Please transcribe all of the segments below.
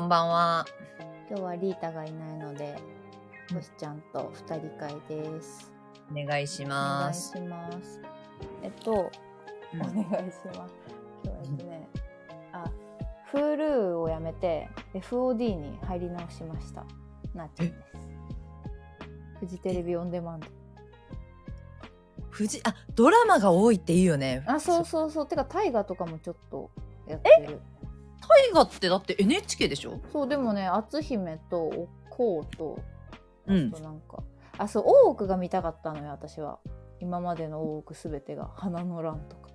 んばんは。今日はリータがいないので、うん星しちゃんと二人会です。お願いしお願まいす。します。えっと、うんお願いします。今日はですね、あ、Hulu をやめて FOD に入り直しました。なっちゃんです。フジテレビオンデマンド。富士、あ、ドラマが多いっていいよね。あ、そうそそうそう。てか、大河とかもちょっとやってる。大河ってだって NHK でしょそう、でもね、篤姫とおこうと、あうんとなんか、あ、そう、大奥が見たかったのよ、私は。今までの大奥すべてが、花の乱とか。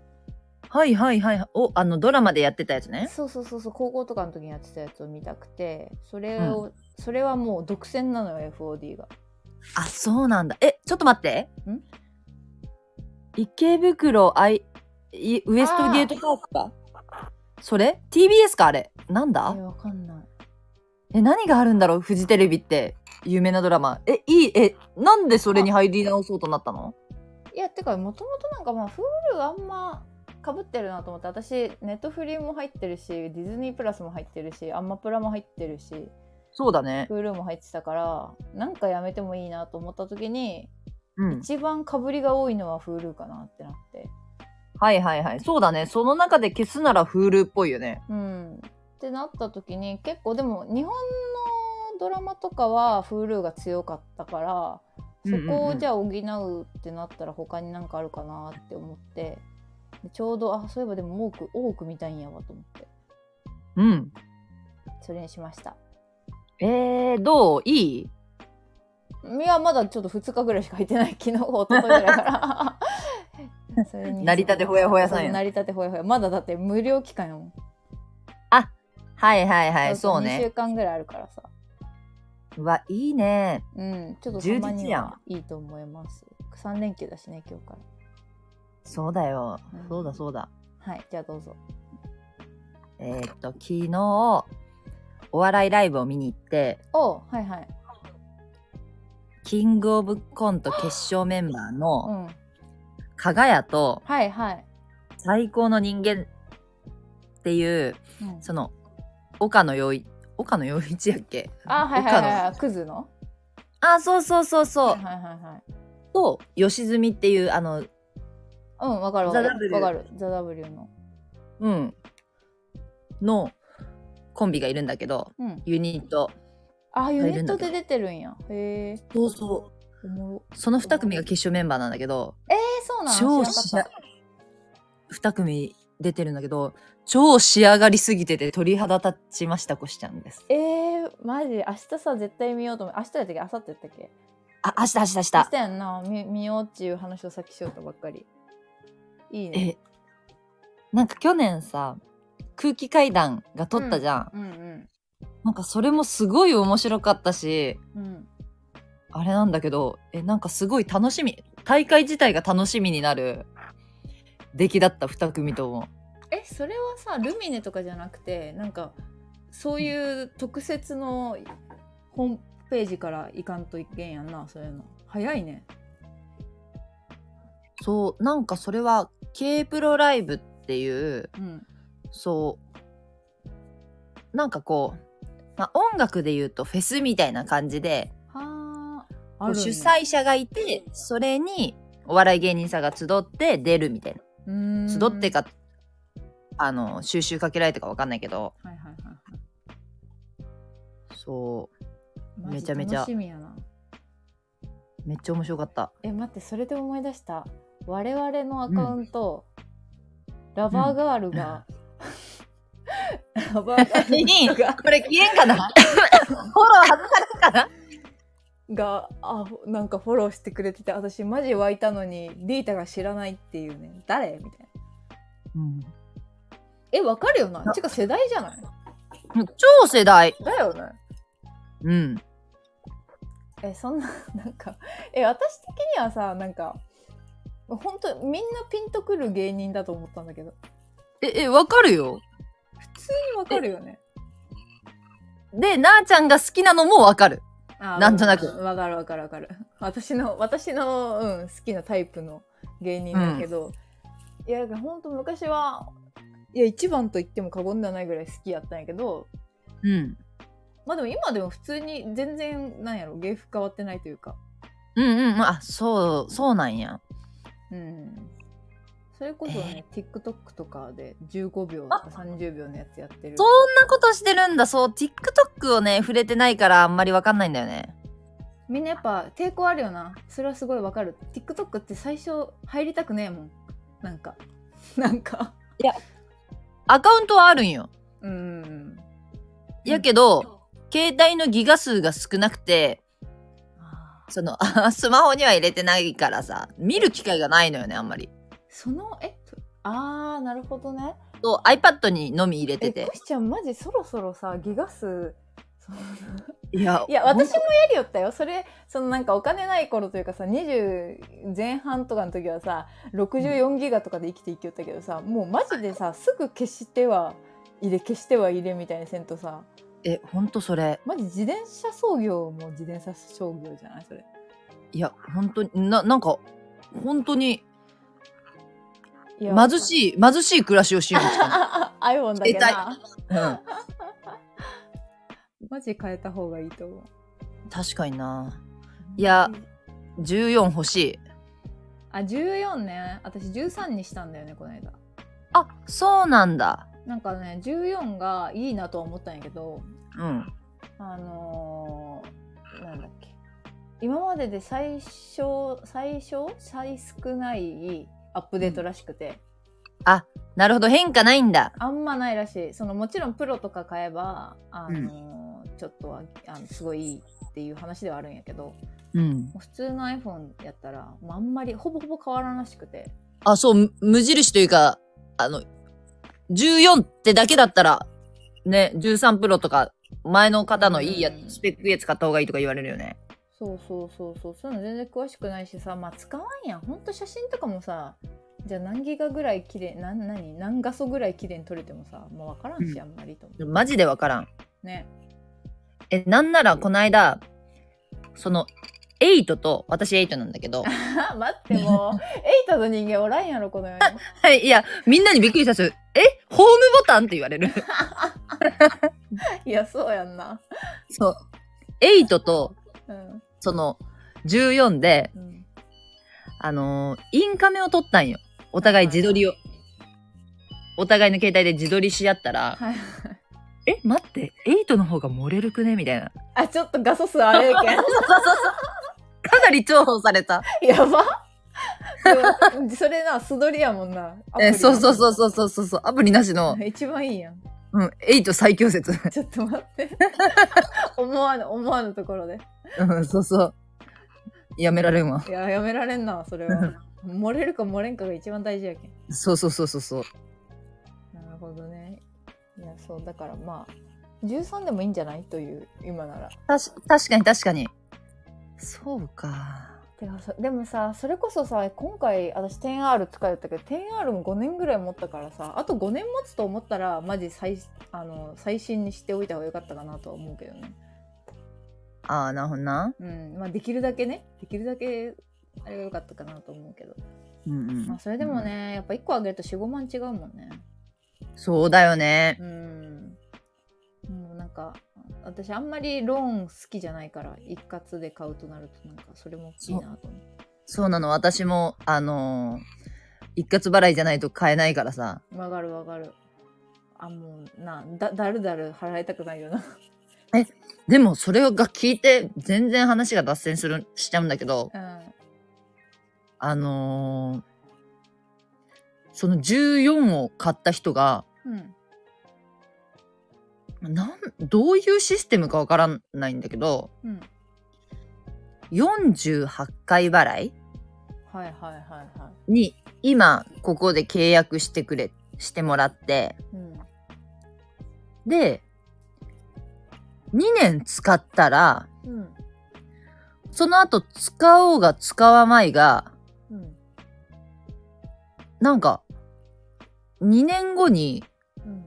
はいはいはい。お、あの、ドラマでやってたやつね。そうそうそうそう高校とかの時にやってたやつを見たくてそれを、それはもう独占なのよ FOD があ、そうなんだ。え、ちょっと待って。ん池袋アイ、いウエストゲートパークか。それ ?TBS かあれ。なんえだわかんないえ、何があるんだろうフジテレビって。有名なドラマ。え、いい、え、なんでそれに入り直そうとなったのいやてかもともとなんかまあ Hulu あんまかぶってるなと思って私ネットフリも入ってるしディズニープラスも入ってるしアンマプラも入ってるしそうだね。 Hulu も入ってたからなんかやめてもいいなと思った時にうん。一番かぶりが多いのは Hulu かなってなってはいはいはい。そうだね。その中で消すなら Hulu っぽいよね。うん、ってなった時に結構でも日本のドラマとかは Hulu が強かったからそこをじゃあ補うってなったら他になんかあるかなって思ってでちょうどあそういえばでも多く多く見たいんやわと思ってうん。それにしましたえー、どういいいやまだちょっと2日ぐらいしか入ってない 昨日おとといぐらいからそれにしました成り立てほやほやさんやそう成り立てほやほやまだだって無料期間やもんはいはいはあい。とそう2週ね。間ぐらいあるからさうわ、いいね。うん、ちょっとたま充に実やはんいいと思います。3連休だしね、今日かそうだよ。ら。んそうだそうだ。はい、じゃあどうぞ。えーっと、昨日、お笑いライブを見に行って、おうはいはい。キングオブコント決勝メンバーうの、ん。かがやと、はいはい。最高の人間っていう、うん、その、岡野陽一、岡野陽一やっけあ、はいはいはい、岡はい。クズの野あ、そうそうそうそはうい。はいはいと、吉住っていう、あの、はい。うん、わかるわかザ W る。わかる。ザ・ W の。うん、のコンビがいるんだけどうん。ユニットあ、ユニるッんだトけどで出てるんや。へえ。そうそおもろ。うその2組が決勝メンバーなんだけどえー、そうな超の知しらあなかっ2組出てるんだけど超仕上がりすぎてて鳥肌立ちましたこしちゃんですた。えー、マジ明日さ、絶対見ようと思う。明日やったっけ明後日やったっけあ明日明日明明日日やんな。見見ようっていう話をさっきしよったばっかり。いいね。えなんか去年さ空気階段が撮ったじゃん、うんうん。なんかそれもすごい面白かったしうん。あれなんだけどえなんかすごい楽しみ大会自体が楽しみになる出来だった2組ともえそれはさルミネとかじゃなくてなんかそういう特設のホームページから行かんといけんやんなそういうの早いねそう、なんかそれは K プロライブっていう、うんそう、なんかこう、まあ、音楽で言うとフェスみたいな感じで、はあこあうるん主や催者がいて、それにお笑い芸人さんが集って出るみたいな。うーん集ってか、あの、収集かけられたかわかんないけど、はいはいはいはいそう、マジめちゃめちゃ楽しみやなめっちゃ面白 かった。え待ってそれで思い出した我々のアカウント、ラバーガールが、 ラバーガールこれ消えんかな フォロー外されるかながあなんかフォローしてくれてて私マジ湧いたのにリータが知らないっていうね誰みたいなうん。え、わかるよな。てか世代じゃない超世代。だよね。うん。え、そんな、なんか、え、私的にはさ、なんか、本当みんなピンとくる芸人だと思ったんだけど、え、え、わかるよ。普通にわかるよね。で、なあちゃんが好きなのもわかる。あなんとなくわかるわかるわかる。私の、私の、うん、好きなタイプの芸人だけど、いや、ほんと昔は、いや、一番と言っても過言ではないぐらい好きやったんやけど、うん。まあでも今でも普通に全然なんやろ芸風変わってないというかうんうんあそうそうなんやうんそれこそね、TikTok とかで15秒とか30秒のやつやってるそんなことしてるんだそう TikTok をね触れてないからあんまりわかんないんだよねみんなやっぱ抵抗あるよなそれはすごいわかる TikTok って最初入りたくねえもんなんか なんかアカウントはあるんようんやけど、携帯のギガ数が少なくてそのあスマホには入れてないからさ見る機会がないのよねあんまりそのえっとあーなるほどねと iPad にのみ入れてえてコシちゃんマジそろそろさギガ数そんないやいや私もやりよったよそれそのなんかお金ない頃というかさ20前半とかの時はさ64ギガとかで生きていきよったけどさもうマジでさすぐ消しては入れ消しては入れみたいにせんとさえほんとそれマジ自転車操業も自転車操業じゃないそれいや本当にななんか本当にいや貧しい貧しい暮らしをしようとしてるああ iPhone だけなうん、マジ変えた方がいいと思う確かにないや14欲しいあ14ね私13にしたんだよねこの間あそうなんだなんかね14がいいなとは思ったんやけどうんあのーなんだっけ今までで最小最小最少ないアップデートらしくて、なるほど変化ないんだあんまないらしいそのもちろんプロとか買えば、あのーちょっとはあのすごいいいっていう話ではあるんやけどもうんう普通の iPhone やったら、まあ、あんまりほぼほぼ変わらなしくてあそうむ無印というかあの14ってだけだったらね13プロとか前の方のいいやつ、うんスペックいいやつ買った方がいいとか言われるよねそうそうそうそうそういうの全然詳しくないしさまあ使わんやんほんと写真とかもさじゃあ何ギガぐらい綺麗なん何何画素ぐらい綺麗に撮れてもさもう分からんし、うんあんまりと思マジでわからんうねえなんならこの間その8と私8なんだけ どあ待って もうエイタの人間おらんやろこの世にはいいやみんなにびっくりさせるえホームボタンって言われるいやそうやんな そう8とうん、その14でうん、あのーインカメを撮ったんよ。お互い自撮りを。お互いの携帯で自撮りし合ったら、はいえ、待って、8の方が漏れるくねみたいな。あちょっと画素数あれやけかなり重宝された。 んやばでもそれな素取りやもんなえ、そうそうそううそうそうそうそう、アプリなしの、一番いいやんうん、8最強説。ちょっと待って 思わぬ思わぬところでうん、そうそう。やめられんわ。いや、やめられんな、それ は。漏れるか漏れんかが一番大事やけん。そうそうそうそうそう。なるほどね。いや、そう、だからまあ、13でもいいんじゃないという、今なら。たし、確かに確かに。そうか。てかさでもさ、それこそさ、今回、私 10R 使いよったけど、10R も5年ぐらい持ったからさ、あと5年持つと思ったら、マジ最あの最新にしておいた方がよかったかなとは思うけどね。ああ、なるほどな。うん、まあ、できるだけね、できるだけ、あれがよかったかなと思うけど。うんうん。まあ、それでもね、やっぱ1個あげると4、5万違うもんね。うん。そうだよね。うんもうなんか私あんまりローン好きじゃないから一括で買うとなるとなんかそれもいいなと思ってそうなの、私も、あのー一括払いじゃないと買えないからさ。わかるわかるあもうなだだるだる払いたくないよなでも、それが聞いて、全然話が脱線する、しちゃうんだけど、うんあのーその14を買った人が、うんなん、どういうシステムかわからないんだけど、うん48回払いはいはいはいはに、今、ここで契約してくれ、してもらって、いうんで、2年使ったら、うんその後使おうが使わないが、うんなんか、2年後にうん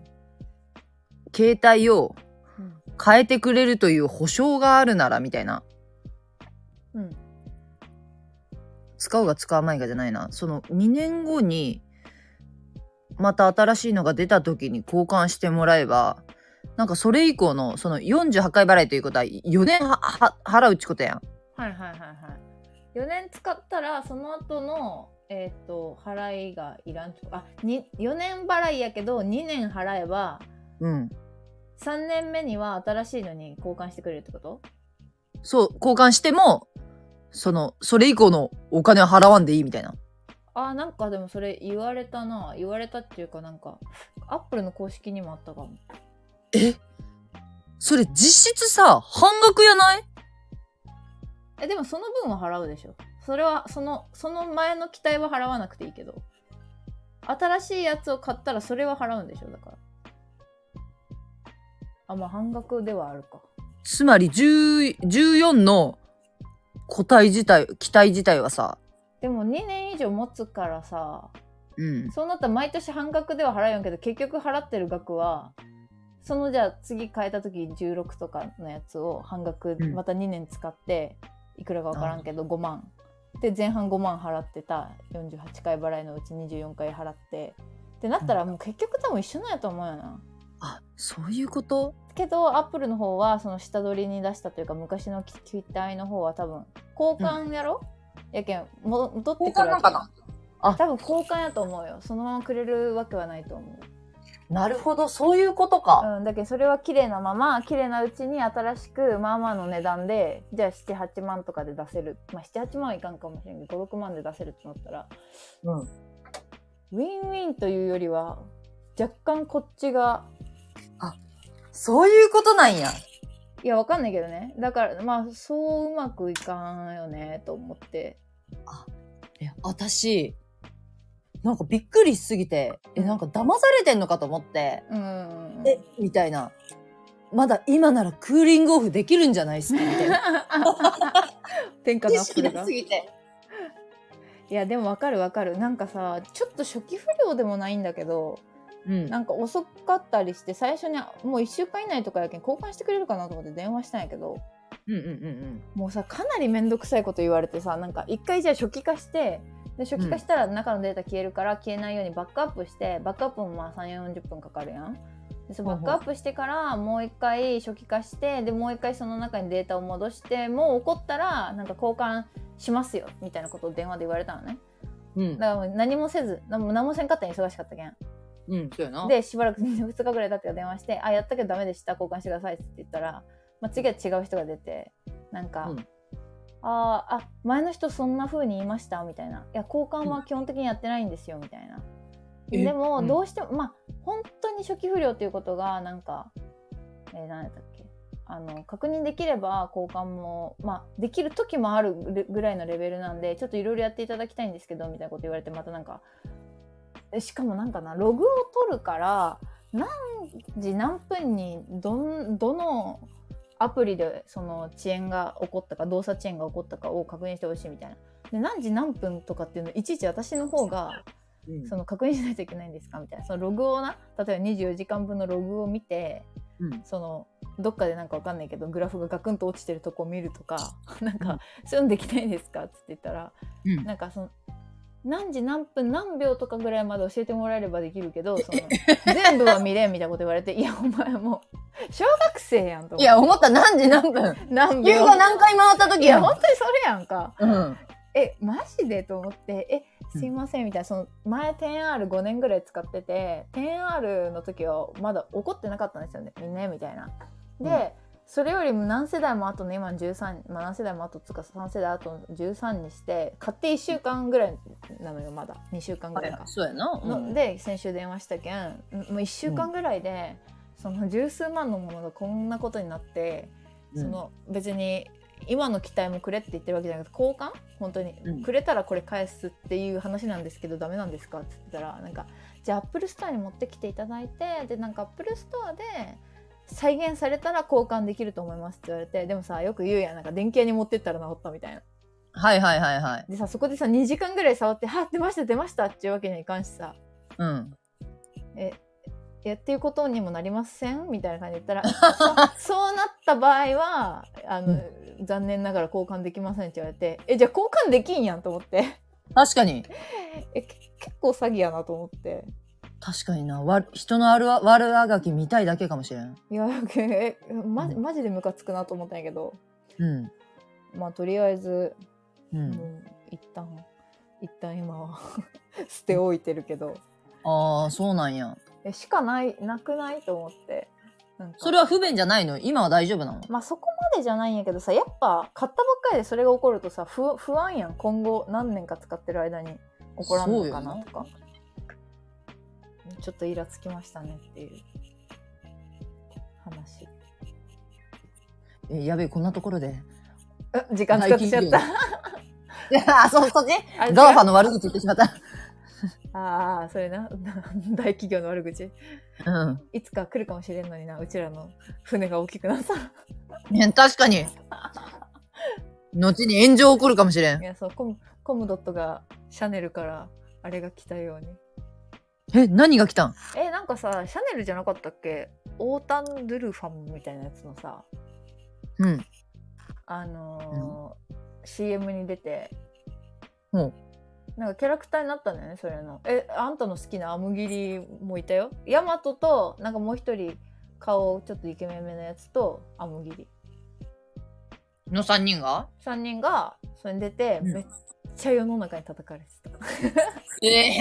携帯をうん変えてくれるという保証があるならみたいな。うん使おうが使わないがじゃないな。その2年後に、また新しいのが出た時に交換してもらえば、なんかそれ以降のその48回払いということは4年はは払うっちことやん。はいはいはいはい。4年使ったら、その後の、えっ、と、払いがいらんとあ、に4年払いやけど、2年払えば、うん。 3年目には新しいのに交換してくれるってことそう、交換しても、その、それ以降のお金は払わんでいいみたいな。あーなんかでもそれ言われたな言われたっていうかなんかアップルの公式にもあったかもえそれ実質さ、半額やないえでもその分は払うでしょそれはそのその前の期待は払わなくていいけど新しいやつを買ったらそれは払うんでしょだからあまあ半額ではあるかつまり10 14の個体自体、機体自体はさ、でも2年以上持つからさうん。そうなったら毎年半額では払うやんけど結局払ってる額はそのじゃあ次変えた時16とかのやつを半額うんまた2年使っていくらか分からんけど5万で前半5万払ってた48回払いのうち24回払ってってなったらもう結局多分一緒なんやと思うよな。あ、そういうことけどアップルの方はその下取りに出したというか昔の機体の方は多分交換やろ、やけん戻戻ってくるわけ交換なんかなあ多分交換やと思うよそのままくれるわけはないと思うなるほど、そういうことか。うん、だけどそれは綺麗なまま綺麗なうちに新しくまあまあの値段でじゃあ78万とかで出せる、まあ、78万はいかんかもしれんけど56万で出せるってなったらうん。ウィンウィンというよりは若干こっちがそういうことなんや。いやわかんないけどねだからまあそううまくいかんよねと思ってえ、私、なんかびっくりしすぎて、え、なんか騙されてんのかと思って、うんえ、みたいな。まだ今ならクーリングオフできるんじゃないっすかみ たいな。天下のアップルがいぎて。やでもわかるわかるなんかさちょっと初期不良でもないんだけどうん。なんか遅かったりして最初にもう1週間以内とかやけん交換してくれるかなと思って電話したんやけどうんうんうんもうさかなり面倒くさいこと言われてさなんか一回じゃあ初期化してで初期化したら中のデータ消えるから消えないようにバックアップしてバックアップもまあ3 4 0分かかるやん。でそのほバうほックアッうプしてからもう一回初期化してでもう一回その中にデータを戻してもう起こったらなんか交換しますよみたいなことを電話で言われたのねうん。うんだ。からもう何もせず何も何もせんかったんや忙しかったけんうん、そうやな。でしばらく2日ぐらい経ってから電話して「あやったけどダメでした交換してください」って言ったら、まあ、次は違う人が出てなんか「うんあーあ前の人そんな風に言いました」みたいな「いや交換は基本的にやってないんですよ」みたいな。えでもうんどうしても、まあ本当に初期不良ということがなんか、えー、何やったっけあの確認できれば交換も、まあ、できる時もあるぐらいのレベルなんでちょっといろいろやっていただきたいんですけどみたいなこと言われてまたなんかえしかもなんかなログを取るから何時何分にどんどのアプリでその遅延が起こったか動作遅延が起こったかを確認してほしいみたいな。で何時何分とかっていうのいちいち私の方がうんその確認しないといけないんですかみたいなそのログをな例えば24時間分のログを見てうんそのどっかでなんかわかんないけどグラフがガクンと落ちてるとこを見るとか なんかそういうのできないですかっつって言ったら、うんなんかその何時何分何秒とかぐらいまで教えてもらえればできるけど その全部は見れんみたいなこと言われていやお前もう小学生やんと思っていや、思った。何時何分何夕秒ご何回回ったい時ややん。本当にそれやんか。うん。えマジでと思ってうえんすいませんみたいなその前 10R5 年ぐらい使ってて 10R の時はまだ怒ってなかったんですよねみんなみたいな。で、うんそれよりも何世代も後の今の13、まあ、何世代も後っつうか3世代後の13にして買って1週間ぐらいなのよまだ2週間ぐらいか。そうやな。うのんで先週電話したけんんもう1週間ぐらいで、その十数万のものがこんなことになって、うんその別に今の期待もくれって言ってるわけじゃなくて交換本当に、うんくれたらこれ返すっていう話なんですけどダメなんですかって言ったらなんかじゃあアップルストアに持ってきていただいてでなんかアップルストアで再現されたら交換できると思いますって言われてでもさよく言うやんなんか電気屋に持ってったら治ったみたいなはいはいはいはい。でさそこでさ2時間ぐらい触って「はっ出ました出ました」っていうわけにはいかんしさうん。ええっていうことにもなりませんみたいな感じで 言ったらそそうなった場合はあの、残念ながら交換できませんって言われてえじゃあ交換できんやんと思って確かに。えけ結構詐欺やなと思って確かにな。わ人のあるわ悪あがき見たいだけかもしれん。いやえマジマジでムカつくなと思ったんやけどうん。まあとりあえず、う。うんん、一旦一旦今は 捨て置いてるけどああ、そうなんや。えしかないなくないと思ってなんかそれは不便じゃないの今は大丈夫なのまあそこまでじゃないんやけどさやっぱ買ったばっかりでそれが起こるとさ不不安やん今後何年か使ってる間に起こらんのかなとかちょっとイラつきましたねっていう話えやべえ、こんなところで。あ時間使っちゃったいやあ、 そう、そっちあれ ガーファの悪口言ってしまった。ああそれな 大企業の悪口うん。いつか来るかもしれんのになうちらの船が大きくなったらね、確かに。後に炎上起こるかもしれんい。やそうコムコムドットがシャネルからあれが来たようにえ、何が来たんえなんかさシャネルじゃなかったっけオータン・ドゥルファムみたいなやつのさうん。あのー CM に出てほなんかキャラクターになったんだよねそれのえあんたの好きなアムギリもいたよヤマトとなんかもう一人顔ちょっとイケメンめのやつとアムギリの3人が3人がそれに出て、うんめっちゃ世の中に叩かれてた ええ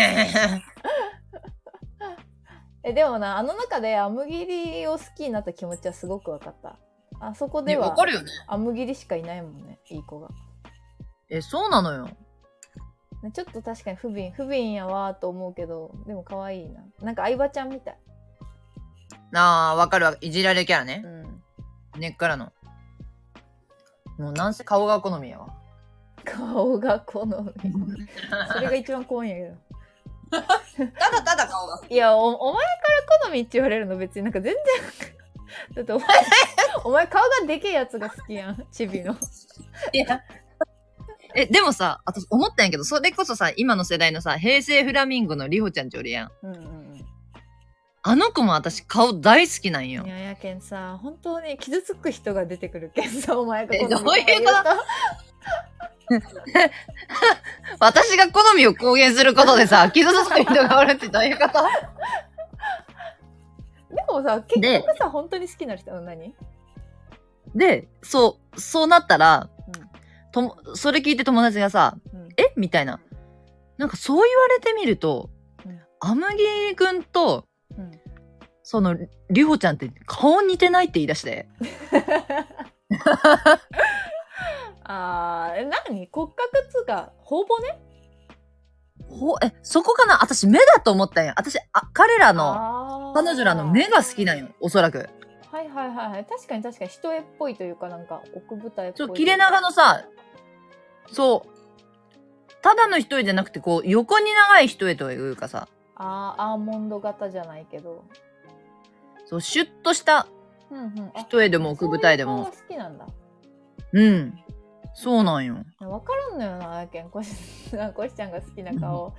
えでもなあの中でアムギリを好きになった気持ちはすごく分かったあそこでは怒るよね。アムギリしかいないもんねいい子がえ、そうなのよ。ねちょっと確かに不憫不憫やわーと思うけどでも可愛いななんか相葉ちゃんみたいああ、わかるわ。いじられキャラねう。ん根っからの。もうなんせ顔が好みやわ。顔が好みそれが一番怖いんやけどただただ顔が。いやおお前から好みって言われるの別になんか全然 だってお前お前顔がでけえやつが好きやんチビのいや。え、でもさ、私思ったんやけど、それこそさ、今の世代のさ、平成フラミンゴのリホちゃんちおるやん。うんうんあの子も私顔大好きなんうよんい。ややけんさ本当に傷つく人が出てくるけんさお前が好みえどういうこととか言う私が好みを公言することでさ、 傷つく人がおるってどういうこととでもさ結で局さ本当に好きになる人は何で、そう、そうなったら、うんとも、それ聞いて友達がさ、うんえみたいな。なんかそう言われてみるとうん、アムギくんと、うんその、リホちゃんって顔似てないって言い出して。あーえ何骨格っつうか頬骨ほ、え、そこかな私目だと思ったんや。私、あ、彼らの、の彼女らの目が好きなんよ。おそらく。はいはいはいはい確かに確かに人絵っぽいというかなんか奥舞台っぽいちょっと切れ長のさ、そう。ただの一重じゃなくて、こう、横に長い一重というかさ、あーアーモンド型じゃないけどそう、シュッとしたうんうんあ一重でも奥舞台でそういも。う顔が好きなんうん。そうなんよ。だ分からんのよなやけんこし こしちゃんが好きな顔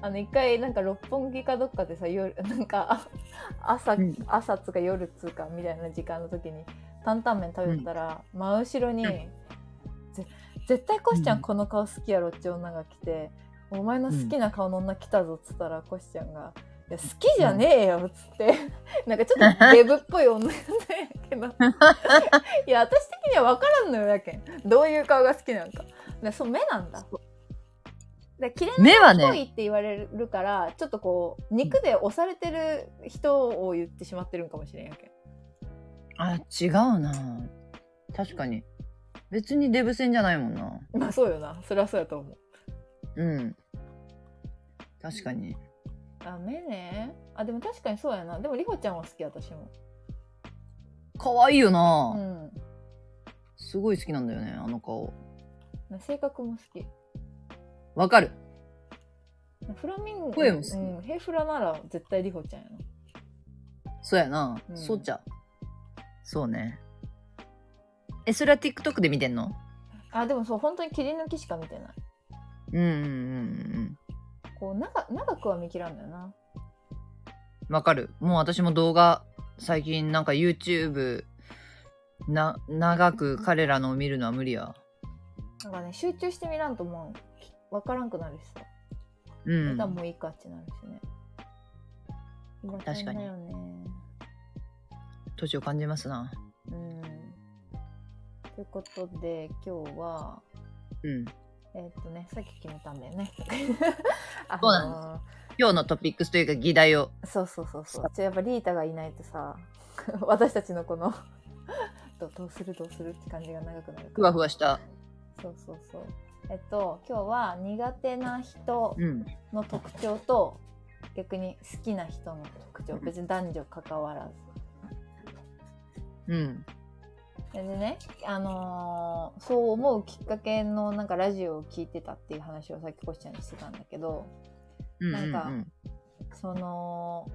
あの一回なんか六本木かどっかでさ夜 なんかあ朝、うん朝っつうか夜っつうかみたいな時間の時に担々麺食べてたら、真後ろに、うんぜ絶対こしちゃうんんこの顔好きやろって女が来て、お前の好きな顔の女来たぞっつったら、こしちゃんが「いや好きじゃねえよ」っつって、 なんかちょっとデブっぽい女なんやけ どいや私的には分からんのよやけんどういう顔が好きなのかでそう目なんだで綺麗目はっぽいね、って言われるから、ちょっとこう肉で押されてる人を言ってしまってるんかもしれんやけんあ、違うな確かに。別にデブ戦じゃないもんな。まあそうよなそれはそうやと思ううん。確かに。あ目ねあでも確かにそうやなでもりほちゃんは好き私も可愛いよな、うんすごい好きなんだよね、あの顔。性格も好きわかる。フラミンゴ声も好きうん、ヘイフラなら絶対りほちゃんやなそうやな、うんそうちゃ。そうね。え、それは TikTok で見てんのあでもそう本当に切り抜きしか見てないうんうんうんこう長長くは見切らんだよなうん。わかる。もう私も動画、最近なんか YouTube、な、長く彼らのを見るのは無理や。なんかね集中してみらんともう分からんくなるしさ、うだんから。もういいかってなるしね確確かにだよね。年を感じますな。うん。ということで、今日は、うん。えーっ、とね、さっき決めたんだよね。 あそうな今日のトピックスというか議題を。のーそうそうそうそう。じゃあやっぱリータがいないとさ、 私たちのこの ど、どうするどうするって感じが長くなるからふわふわした。そうそうそう。えっと、今日は苦手な人うん。の特徴と、逆に好きな人の特徴。うん別に男女関わらず。うん。それでね、あのーそう思うきっかけのなんかラジオを聞いてたっていう話をさっきこしちゃんにしてたんだけど、うん。なんかうんその、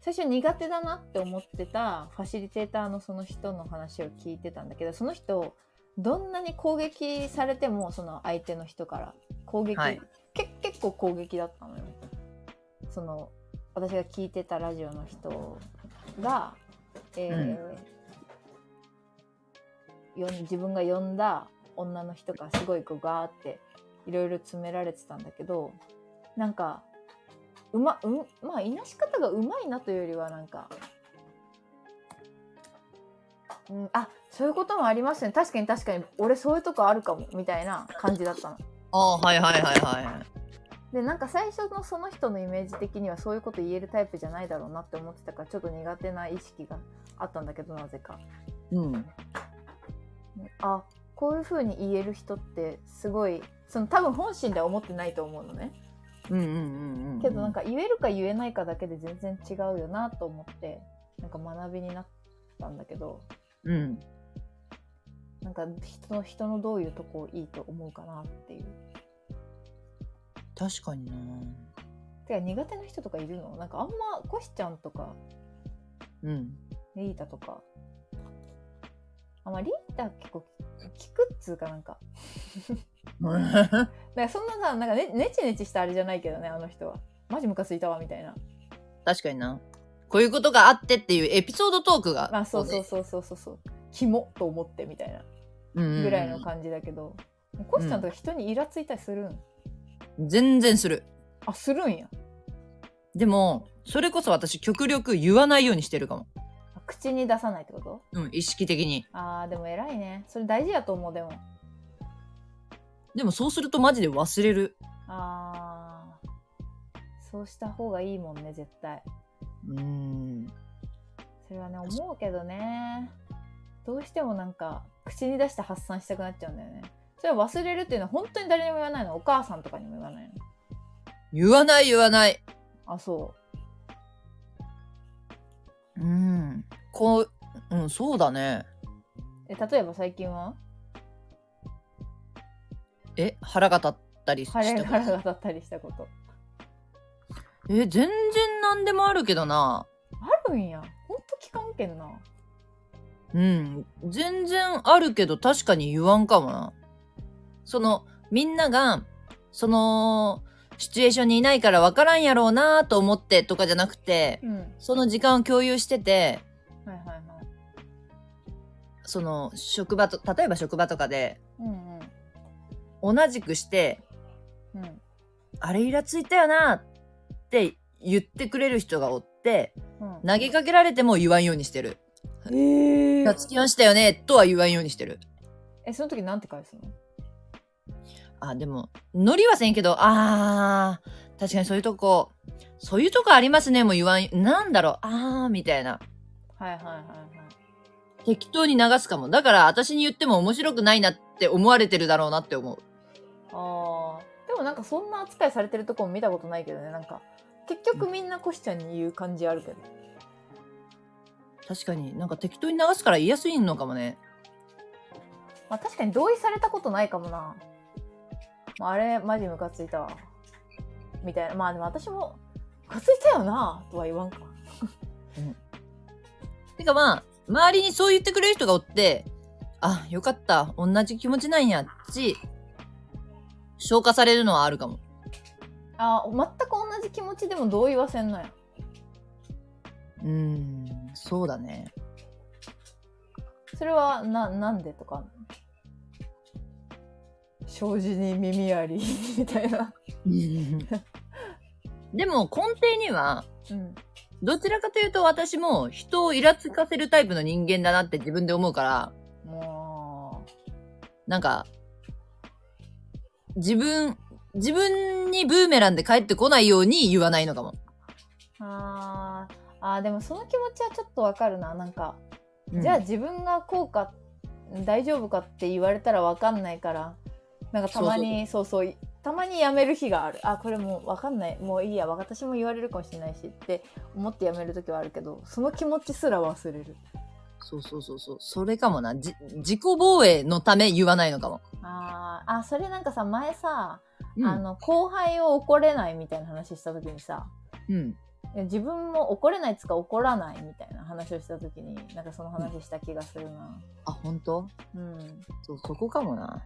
最初苦手だなって思ってたファシリテーターのその人の話を聞いてたんだけど、その人、どんなに攻撃されても、その相手の人から、攻撃、はいけ結構攻撃だったのよ。その、私が聞いてたラジオの人が、えーよん自分が呼んだ女の人がすごいこうガーっていろいろ詰められてたんだけどなんかうまうんまあいなし方がうまいなというよりはなんか、うん、あそういうこともありますね確かに確かに俺そういうとこあるかもみたいな感じだったの。ああー、はいはいはいはでなんか最初のその人のイメージ的にはそういうこと言えるタイプじゃないだろうなって思ってたからちょっと苦手な意識があったんだけどなぜか。い。うん。あこういう風に言える人ってすごいその多分本心では思ってないと思うのねうんうんうんうん。けどなん。か言えるか言えないかだけで全然違うよなと思ってなんか学びになったんだけどうん。なんか人の人のどういうとこをいいと思うかなっていう確かにな。てか苦手な人とかいるのなんかあんまコシちゃんとか うん。リータとかあまあリータ結構聞くっつうかなんかなんかそんなさなんかねネチネチしたあれじゃないけどねあの人はマジムカついたわみたいな確かにな。こういうことがあってっていうエピソードトークが。まあそうそうそうそうそうそうキモと思ってみたいなうんうんうんぐらいの感じだけど、コシちゃんとか人にイラついたりするん、全然する。あするんやでも、それこそ私極力言わないようにしてるかも。あ口に出さないってことうん、意識的に。あーでも偉いねそれ大事やと思うでもでもそうするとマジで忘れる。あーそうした方がいいもんね絶対うん。それはね思うけどねどうしてもなんか口に出して発散したくなっちゃうんだよねそれは忘れるっていうのは本当に誰にも言わないのお母さんとかにも言わないの言わない言わない。あそうん。こう、うん、そうだね。うえ例えば最近はえ、腹が立ったりし腹がた。腹が立ったりしたことえ、全然何でもあるけどな。あるんやほんと聞かんけんなうん。全然あるけど、確かに言わんかもな。その、みんなが、その、シチュエーションにいないから分からんやろうなと思ってとかじゃなくて、うんはいその時間を共有してて、はいはいその、職場と、例えば職場とかで、うんうん同じくして、うんあれイラついたよなって言ってくれる人がおって、うん投げかけられても言わんようにしてる。えイラつきましたよねとは言わんようにしてる。えその時なんて返すのあ、でも、ノリはせんけど、あー、確かにそういうとこ、そういうとこありますねも言わん、なんだろう、あー、みたいな。はいはいはいはい適当に流すかも。だから私に言っても面白くないなって思われてるだろうなって思う。あーでもなんかそんな扱いされてるとこも見たことないけどねなんか結局みんなコシちゃんに言う感じあるけど、確かになんか適当に流すから言いやすいのかもね。まあ、確かに同意されたことないかもな、まあ、あれマジムカついたわみたいなまあでも私も「ムカついたよな」とは言わんかてかまあ、周りにそう言ってくれる人がおって、あ、よかった、同じ気持ちなんや、ち、消化されるのはあるかも。あー全く同じ気持ちでも同意はせんのやうーん、そうだね。それはななんでとかあんの障子に耳あり みたいなでも根底には、うんどちらかというと私も人をイラつかせるタイプの人間だなって自分で思うから、もなんか、自分、自分にブーメランで帰ってこないように言わないのかも。うあーあーでもその気持ちはちょっとわかるななんか、うんじゃあ自分がこうか大丈夫かって言われたらわかんないからなんかたまにそうそうたまにやめる日があるあこれもうわかんないもういいや私も言われるかもしれないしって思ってやめる時はあるけどその気持ちすら忘れるそうそうそうそう。それかもな。じ、自己防衛のため言わないのかも。あーあそれなんかさ前さ、うん。あの後輩を怒れないみたいな話した時にさうん。いや自分も怒れないっつうか怒らないみたいな話をした時になんかその話した気がするなあ、本当？うん、そう、そこかもな。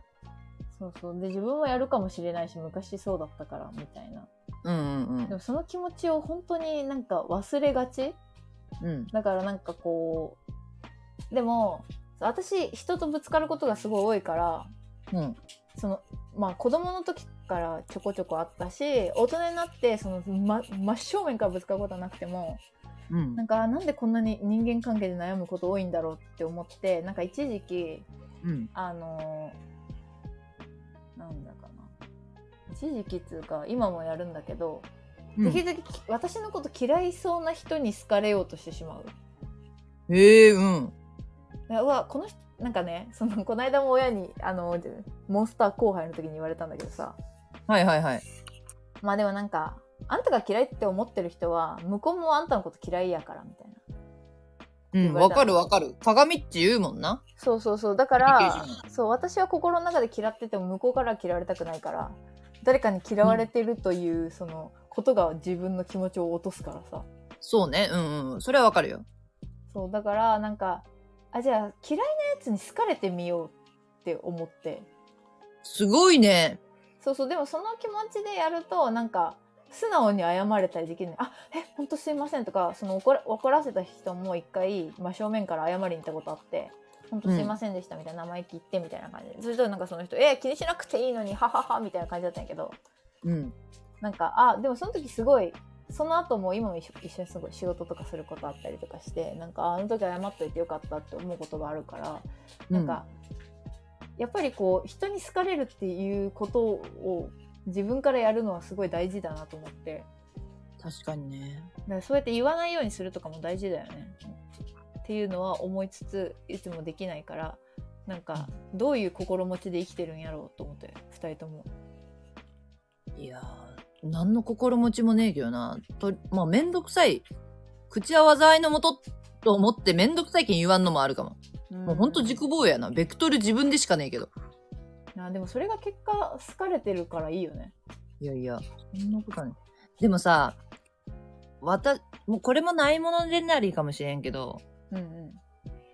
そうそうで自分はやるかもしれないし昔そうだったからみたいなうんうんでもその気持ちを本当になんか忘れがちうん。うん。だからなんかこうでも私人とぶつかることがすごい多いからうん。そのまあ子供の時からちょこちょこあったし大人になってその、ま、真正面からぶつかることはなくてもうん。なんかなんでこんなに人間関係で悩むこと多いんだろうって思ってなんか一時期うん。あのーなんだかな一時期っつうか今もやるんだけど、うんできるだけき私のこと嫌いそうな人に好かれようとしてしまう。へえ、うん。いやうわこの人なんかねそのこの間も親にあのモンスター後輩の時に言われたんだけどさはいはいはい。まあでもなんかあんたが嫌いって思ってる人は向こうもあんたのこと嫌いやからみたいなうん、わかるわかる。鏡って言うもんな。そうそうそうだかコミュらニケーシそう私は心の中で嫌ってても向こうからは嫌われたくないから誰かに嫌われてるという、そのことが自分の気持ちを落とすからさそうね。うんうん。それはわかるよ。そうだからなんかあじゃあ嫌いなやつに好かれてみようって思ってすごいね。そうそうでもその気持ちでやるとなんか素直に謝れたりできるねあえ本当すいませんとかその怒ら怒らせた人も一回真正面から謝りに行ったことあって本当すいませんでしたみたいな生意気言ってみたいな感じで、それとなんかその人え気にしなくていいのにはははみたいな感じだったんやけどうん。なんかあでもその時すごいその後も今も一緒一緒にすごい仕事とかすることあったりとかしてなんかあの時謝っといてよかったって思うことがあるからなんか、やっぱりこう人に好かれるっていうことを自分からやるのはすごい大事だなと思ってうん。確かにね。だからそうやって言わないようにするとかも大事だよねっていうのは思いつついつもできないからなんかどういう心持ちで生きてるんやろうと思って2人ともいやー、何の心持ちもねえけどな。と、まあ、めんどくさい。口合わざいのもと、と思ってめんどくさいけん言わんのもあるかも。もうほんと自己防衛やな。ベクトル自分でしかねえけど。あでもそれが結果好かれてるからいいよねいやいや、そんなことない。でもさ、わた、もうこれもないものでなりかもしれんけど、うんうん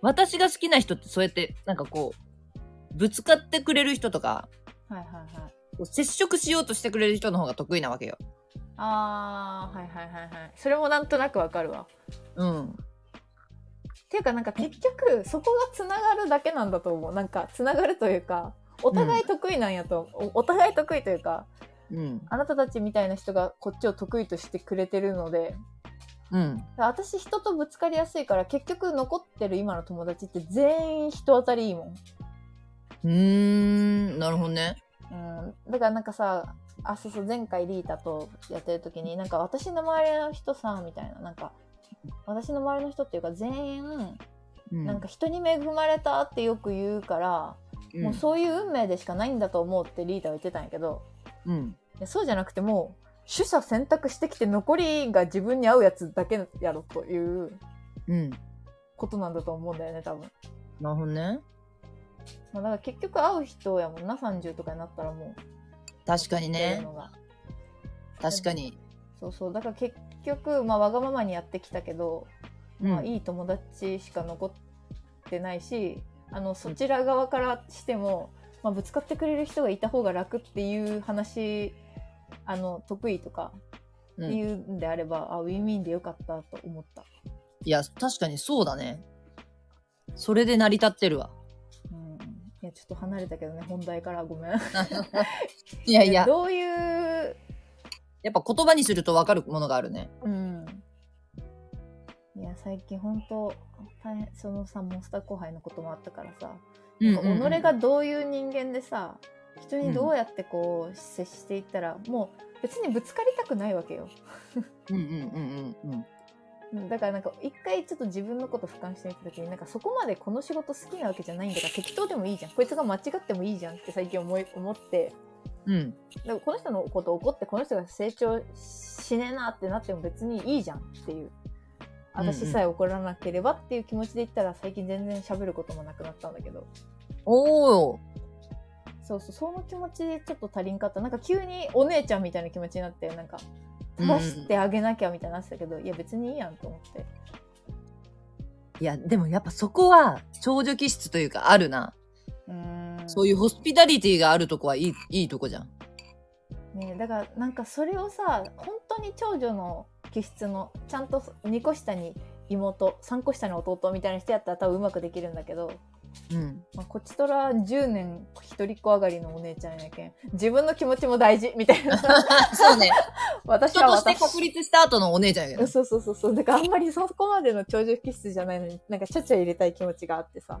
私が好きな人ってそうやって、なんかこう、ぶつかってくれる人とか、はいはいはいこう接触しようとしてくれる人の方が得意なわけよ。あーはいはいはいはいそれもなんとなくわかるわうん。っていうかなんか結局そこがつながるだけなんだと思うなんかつながるというかお互い得意なんやと、おお互い得意というかうん。あなたたちみたいな人がこっちを得意としてくれてるのでうん。私人とぶつかりやすいから結局残ってる今の友達って全員人当たりいいもんうーん、なるほどね。うん、だからなんかさあそうそう前回リータとやってる時になんか私の周りの人さみたいななんか私の周りの人っていうか全員うんなんか人に恵まれたってよく言うから、もうそういう運命でしかないんだと思うってリータは言ってたんやけどうん。うん。いやそうじゃなくてもう取捨選択してきて残りが自分に合うやつだけやろといううん。ことなんだと思うんだよね多分。なるほどね。まあ、だから結局会う人やもんな30とかになったらもう確かに出るねの。が確かに。そうそうだから結局、まあ、わがままにやってきたけど、まうあ、んいい友達しか残ってないしあのそちら側からしても、まあ、ぶつかってくれる人がいた方が楽っていう話あの得意とかうっんていうんであれば、あウィンウィンでよかったと思った、いや、確かにそうだね。それで成り立ってるわ。うん、いやちょっと離れたけどね本題からごめんいやいや、どういう、やっぱ言葉にするとわかるものがあるね。うん、ね最近ほんと大変そのさモンスター後輩のこともあったからさ、うんうんうん己がどういう人間でさ人にどうやってこう接していったら、もう別にぶつかりたくないわけようんうんうんうんうんうんだからなんか一回ちょっと自分のこと俯瞰してみた時になんかそこまでこの仕事好きなわけじゃないんだから適当でもいいじゃんこいつが間違ってもいいじゃんって最近思い思ってうんだからこの人のこと怒ってこの人が成長しねえなってなっても別にいいじゃんっていう私さえ怒らなければっていう気持ちで言ったら最近全然喋ることもなくなったんだけどおおそうそうその気持ちでちょっと足りんかったなんか急にお姉ちゃんみたいな気持ちになってなんか正してあげなきゃみたいになってたけど、いや別にいいやんと思っていやでもやっぱそこは長女気質というかあるな、うんそういうホスピタリティがあるとこはいいいいとこじゃんねえだからなんかそれをさ本当に長女の気質のちゃんと2個下に妹3個下に弟みたいな人やったら多分うまくできるんだけど、うんまあ、こっちとら10年一人っ子上がりのお姉ちゃんやけん自分の気持ちも大事みたい なさそうね私人はとして私確立した後のお姉ちゃんやけどそうそうそうそうだからあんまりそこまでの長寿気質じゃないのになんかちゃちゃ入れたい気持ちがあってさ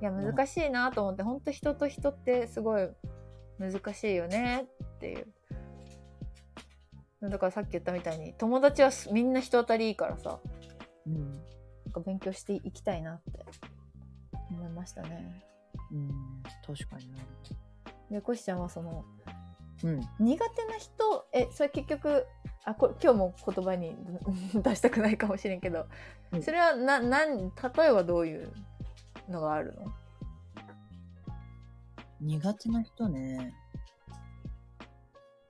いやん難しいなと思って、ほんと人と人ってすごい難しいよねっていうだからさっき言ったみたいに友達はすみんな人当たりいいからさうんなんか勉強していきたいなって思いましたねうん確かになでこしちゃんはそのうん苦手な人えそれ結局あこれ今日も言葉に 出したくないかもしれんけど、うんそれはななん例えばどういうのがあるの苦手な人ね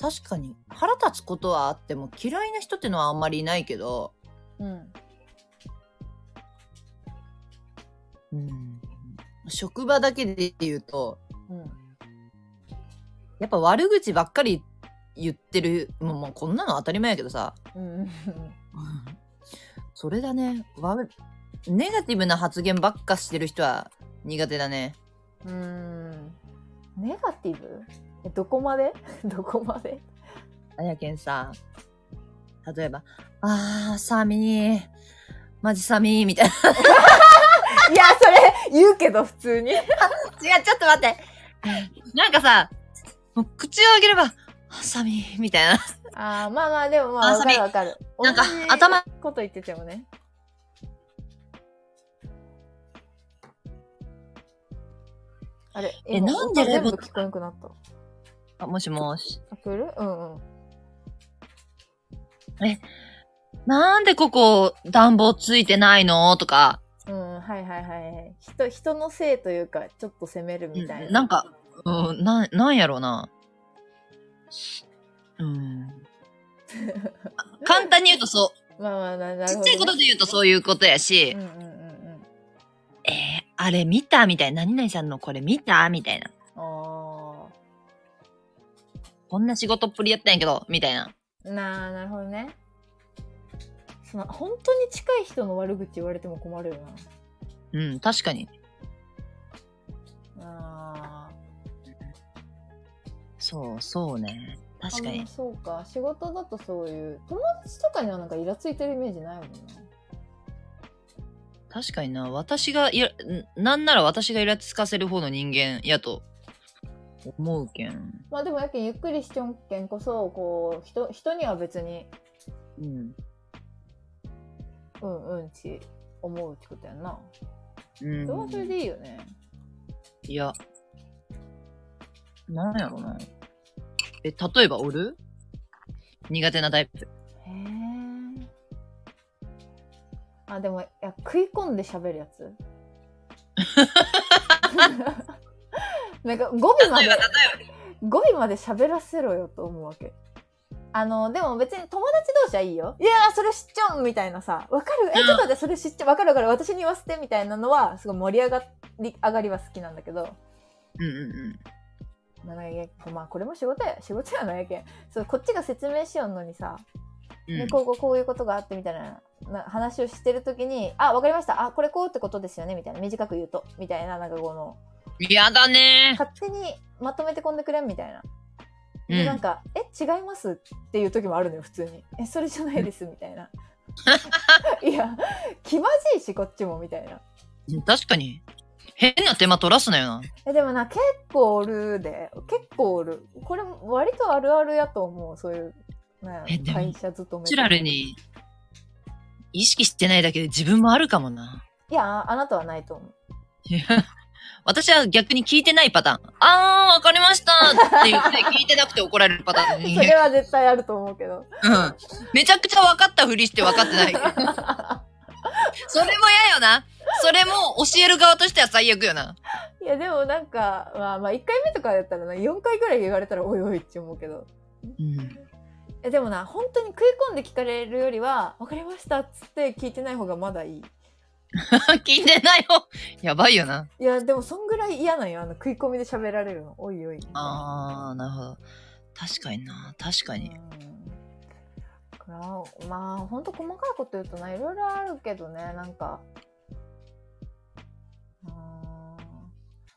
確かに腹立つことはあっても嫌いな人ってのはあんまりいないけどうんうん職場だけで言うとうんやっぱ悪口ばっかり言ってるもうもうこんなの当たり前やけどさうんうんそれだねわネガティブな発言ばっかしてる人は苦手だねうんネガティブえどこまで どこまで あやけんさ例えば「あーサミーマジサミー」みたいないやそれ言うけど普通に違うちょっと待ってなんかさもう口を開ければ「あサミー」みたいなあーまあまあでもまああわそかれるわかるなんか同じ頭こと言っててもねあれえ今なんで音全部レボ聞こえなくなったあもしもしアプルうんうんなんでここ暖房ついてないのとかうんはいはいはい人人のせいというかちょっと責めるみたいな、うんなんかうんなんなんやろうなうん 簡単に言うとそうまあまあななるほちど、っね、ちゃいことで言うとそういうことやし、うんうんうんうんえー、あれ見たみたいな、何々さんのこれ見たみたいな。あこんな仕事っぷりやったんやけど、みたいな。あなあなるほどねその本当に近い人の悪口言われても困るよなうん、確かに。あーそう、そうね。確かあにの。そうか仕事だとそういう友達とかにはなんかイラついてるイメージないもんな確かにな。私がいら、んなんなら私がイラつかせる方の人間やと思うけん。まあでもやけんゆっくりしちょんけんこそこう人人には別にうん。うんうんち思うってことやんなうそれはんそ。れでいいよねいや。なんやろな。え、例えばおる苦手なタイプ。へえあでもいや食い込んで喋るやつなんか語尾まで語尾まで喋らせろよと思うわけあのでも別に友達同士はいいよいやーそれ知っちゃうみたいなさわかるえうんちょっと待ってそれ知っちゃうわかるわかる私に言わせてみたいなのはすごい盛り上がり上がりは好きなんだけどうんうんうん。まあなんかやまあこれも仕事や仕事やないけんそうこっちが説明しよんのにさうでんこうこうこういうことがあってみたいなな話をしてる時に「あわかりましたあこれこうってことですよね」みたいな短く言うとみたいななんかこの嫌だね勝手にまとめて込んでくれんみたいな。うでん なんか「え違います?」っていう時もあるのよ普通に「えそれじゃないです」みたいないや気まずいしこっちもみたいな確かに。変な手間取らすなよな。えでもな結構おるで結構おるこれ割とあるあるやと思うそういう、ねえ、でも会社勤めとかナチュラルに、意識してないだけで自分もあるかもな。いやああなたはないと思ういや 私は逆に聞いてないパターン。あー、わかりましたって言って聞いてなくて怒られるパターンに。それは絶対あると思うけどうん。めちゃくちゃ分かったふりして分かってない。それも嫌よな。それも教える側としては最悪よな。いやでもなんかまあまあ1回目とかだったらな4回ぐらい言われたらおいおいって思うけどうん。えでもな本当に食い込んで聞かれるよりは「分かりました」っつって聞いてない方がまだいい聞いてないよ。やばいよな。いやでもそんぐらい嫌なんよあの食い込みで喋られるのおいおいあー、なるほど。確かにな。確かうんに。だからまあほんと細かいこと言うとないろいろあるけどねなんかうん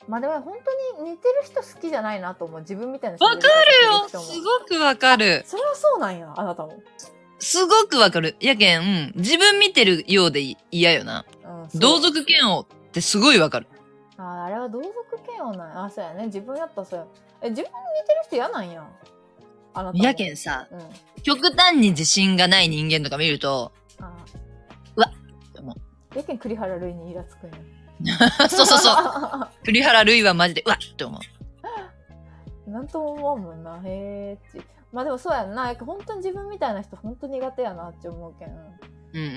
まあでも本当に似てる人好きじゃないなと思う自分みたいな人わかるよ。すいごくわかる。それはそうなんやあなたも、すごくわかる。やけん、うん自分見てるようでい嫌よな。うんそう同族嫌悪ってすごいわかる。ああれは同族嫌悪なんやあそうやね自分やったらそうやえ自分に似てる人嫌なんやあなたもやけんさ、うん極端に自信がない人間とか見ると、 あうわでもやけん栗原類にイラつくんやそうそうそ う。う栗原るいはマジで、うわっって思う。なんとも思わんもんなへえってまあでもそうやんな本当に自分みたいな人本当苦手やなって思うけんうんう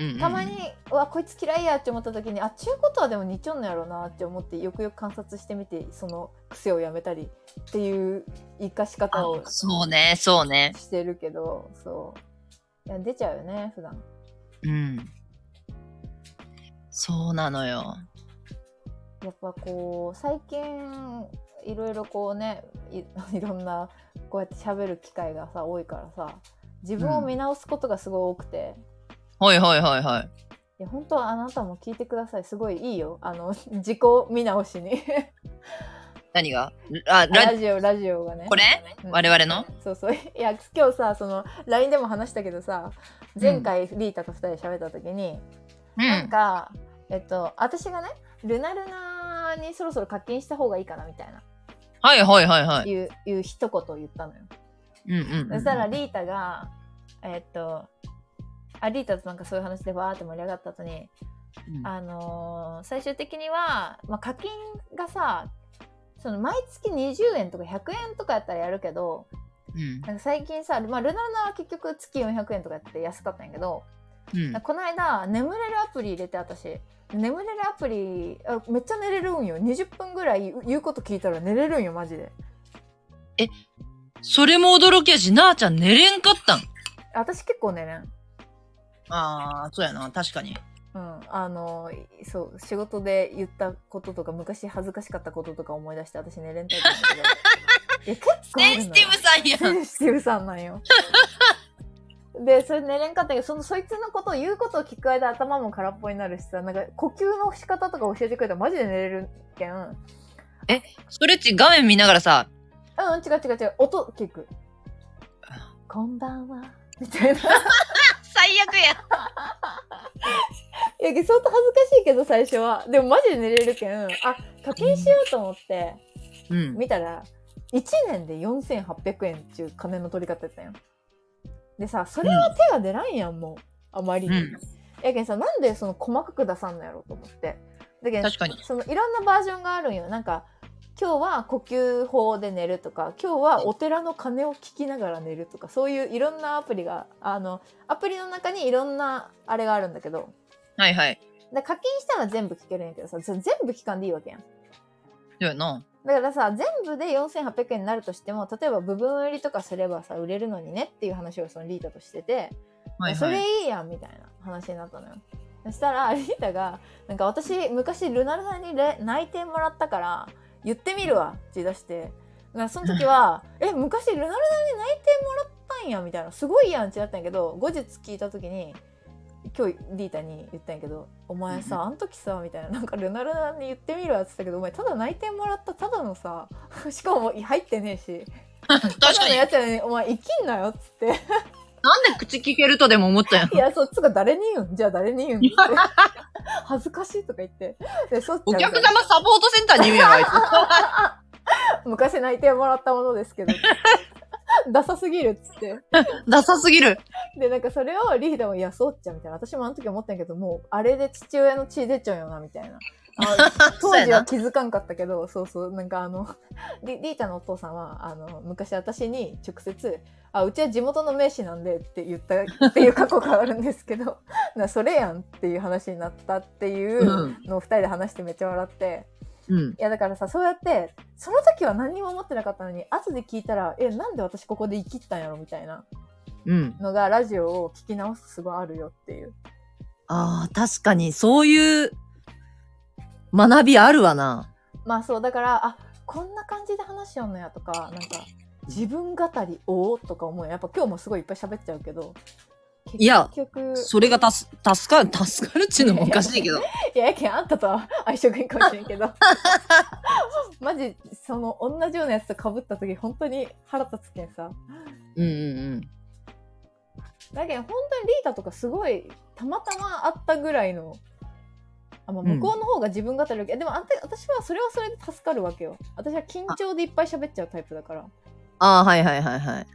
ん、うん。たまに、うわこいつ嫌いやって思った時にあっちゅうことはでも似ちょんのやろなって思ってよくよく観察してみてその癖をやめたりっていう生かしあ方をそうね、そうね。してるけどそういや出ちゃうよね普段うん。そうなのよ。やっぱこう最近いろいろこうねい いろんなこうやって喋る機会がさ多いからさ自分を見直すことがすごい多くて、はいはいはいはい。いや本当はあなたも聞いてくださいすごいいいよあの 自己見直しに何があ、ララジオラジオがねこれうん我々のそうそういや今日さその LINE でも話したけどさ前回リータと2人で喋った時に、うなんん。か、えっと、私がね、ルナルナにそろそろ課金した方がいいかなみたいな、はいはいはいはい。いう、いう一言を言ったのよ。うんうんうん、そしたら、リータが、えっと、あ、リータとなんかそういう話でわーって盛り上がった後に、うんあのー最終的には、まあ、課金がさ、その毎月20円とか100円とかやったらやるけど、うんなんか最近さ、まあ、ルナルナは結局月400円とかやって安かったんやけど、うんこの間眠れるアプリ入れて私眠れるアプリあめっちゃ寝れるんよ20分ぐらい言うこと聞いたら寝れるんよマジでそれも驚きやし、なあちゃん寝れんかったん。私結構寝れんああ、そうやな、確かに。うんあのいそう仕事で言ったこととか昔恥ずかしかったこととか思い出して私寝れんタイプなんだ けどいや結構あるセのンよシティブさんや ん。センシティブさんなんよでそれ寝れんかったけどそのそいつのことを言うことを聞く間頭も空っぽになるしさなんか呼吸の仕方とか教えてくれたらマジで寝れるけんうんそれっち画面見ながらさ、うん、違う違う違う。音聞く。こんばんは。みたいな。い最悪や。や、相当恥ずかしいけど、最初は。でもマジで寝れるけん。あ、課金しようと思って、うん。見たら、1年で4800円っていう金の取り方やったんよ。でさ、それは手が出らんやん、もう。あまりうに。ん。やけんさ、なんでその細かく出さんのやろうと思って。だけど確かにそのいろんなバージョンがあるんよ。なんか、今日は呼吸法で寝るとか、今日はお寺の鐘を聞きながら寝るとか、そういういろんなアプリが、あの、アプリの中にいろんなあれがあるんだけど、はいはい。で課金したら全部聞けるんやけどさ、それ全部聞かんでいいわけやん。そうやな。だからさ、全部で4800円になるとしても、例えば部分売りとかすればさ、売れるのにねっていう話をそのリータとしてて、はいそはれい。いいやんみたいな話になったのよそしたら リータが「なんか私昔ルナルさんにれ内定もらったから言ってみるわ」って言い出してだからその時は「え昔ルナルさんに内定もらったんや」みたいな「すごいやん」ってなったんやけど後日聞いた時に今日リータに言ったんやけど「お前うんさあん時さ」みたいな「なんかルナルさんに言ってみるわ」って言ったけど「お前ただ内定もらったただのさ しかも入ってねえし 確ただかのに。やつやのにお前生きんなよ」っつって。なんで口聞けるとでも思った よい。や、そっちが誰に言うんじゃあ誰に 言うんって恥ずかしいとか言って。で、そっちおは客様サポートセンターに言うやろ、あいつ。昔泣いてもらったものですけ ど。ダサすぎるっつって。 ダサすぎる。で、なんかそれをリーダーも、いや、そうっちゃ、みたいな。私もあの時思ったんやけど、もう、あれで父親の血出ちゃうよな、みた いな。あ当そうや時はな。気づかんかったけど、そうそう、なんかあの、 リリータのお父さんは、あの、昔私に直接、あ、うちは地元の名士なんでって言 ったっていう過去があるんですけど、なそれやんっていう話になったっていううんのを二人で話してめっちゃ笑って、うん。いやだからさそうやってその時は何にも思ってなかったのに後で聞いたらえなんで私ここで生きったんやろみたいなうん。のがラジオを聞き直すとすごいあるよっていうああ、確かに、そういう学びあるわな。まあそうだからあこんな感じで話しようのやとかなんか自分語りをとか思うよやっぱ今日もすごいいっぱい喋っちゃうけどいや結局それがたす、助かる、助かるっちゅうのもおかしいけど。いややけんあんたとは相性がいいかもしれんけ どマジその同じようなやつとかぶった時本当に腹立つけんさうんうんだけど本当にリータとかすごいたまたまあったぐらいのあ、まあ、うん向こうの方が自分語るわけ、でもあんた私はそれはそれで助かるわけよ私は緊張でいっぱい喋っちゃうタイプだからああ、はいはいはいはい。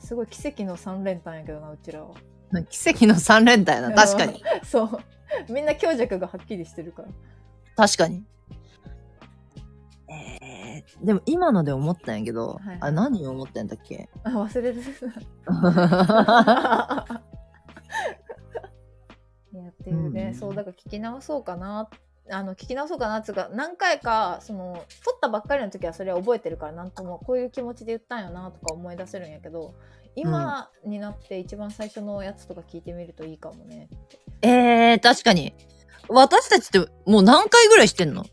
すごい奇跡の三連単やけどなうちらは 奇跡の三連単やな。確かに。そうみんな強弱がはっきりしてるから確かに。えー、でも今ので思ったんやけど、はいあれ何を思ったんだっ けあ忘れてる いやっていうね、うんそうだから聞き直そうかなあの聞き直そうかなっつうか何回かその撮ったばっかりの時はそれは覚えてるからなんともこういう気持ちで言ったんよなとか思い出せるんやけど今になって一番最初のやつとか聞いてみるといいかもね、えー、確かに。私たちってもう何回ぐらいしてんの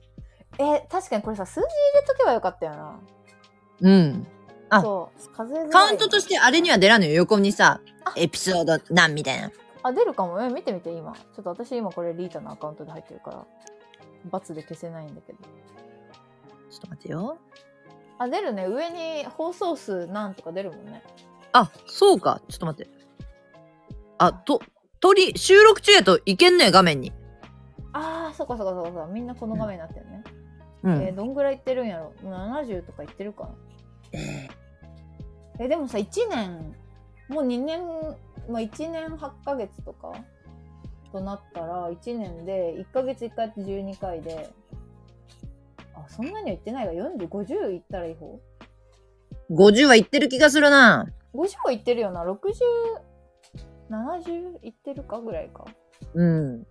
え確かにこれさ数字入れとけばよかったよなうん。あそう数えづらいよカウントとしてあれには出らんのよ。横にさあ、エピソード何みたいな。あ出るかもえ見てみて今ちょっと私今これリータのアカウントで入ってるから×で消せないんだけどちょっと待ってよ。あ出るね上に放送数なんとか出るもんねあ、そうか。ちょっと待って。あ、と、鳥、収録中やといけんね画面に。あーそっかそっかそっかそっかみんなこの画面になってるね、うえーん。どんぐらいいってるんやろもう70とかいってるかなえでもさ1年もう2年、まあ、1年8ヶ月とかとなったら1年で1ヶ月1回って12回であそんなには言ってないが4050いったらいい方50はいってる気がするな。 50はいってるよな6070いってるかぐらいかうん。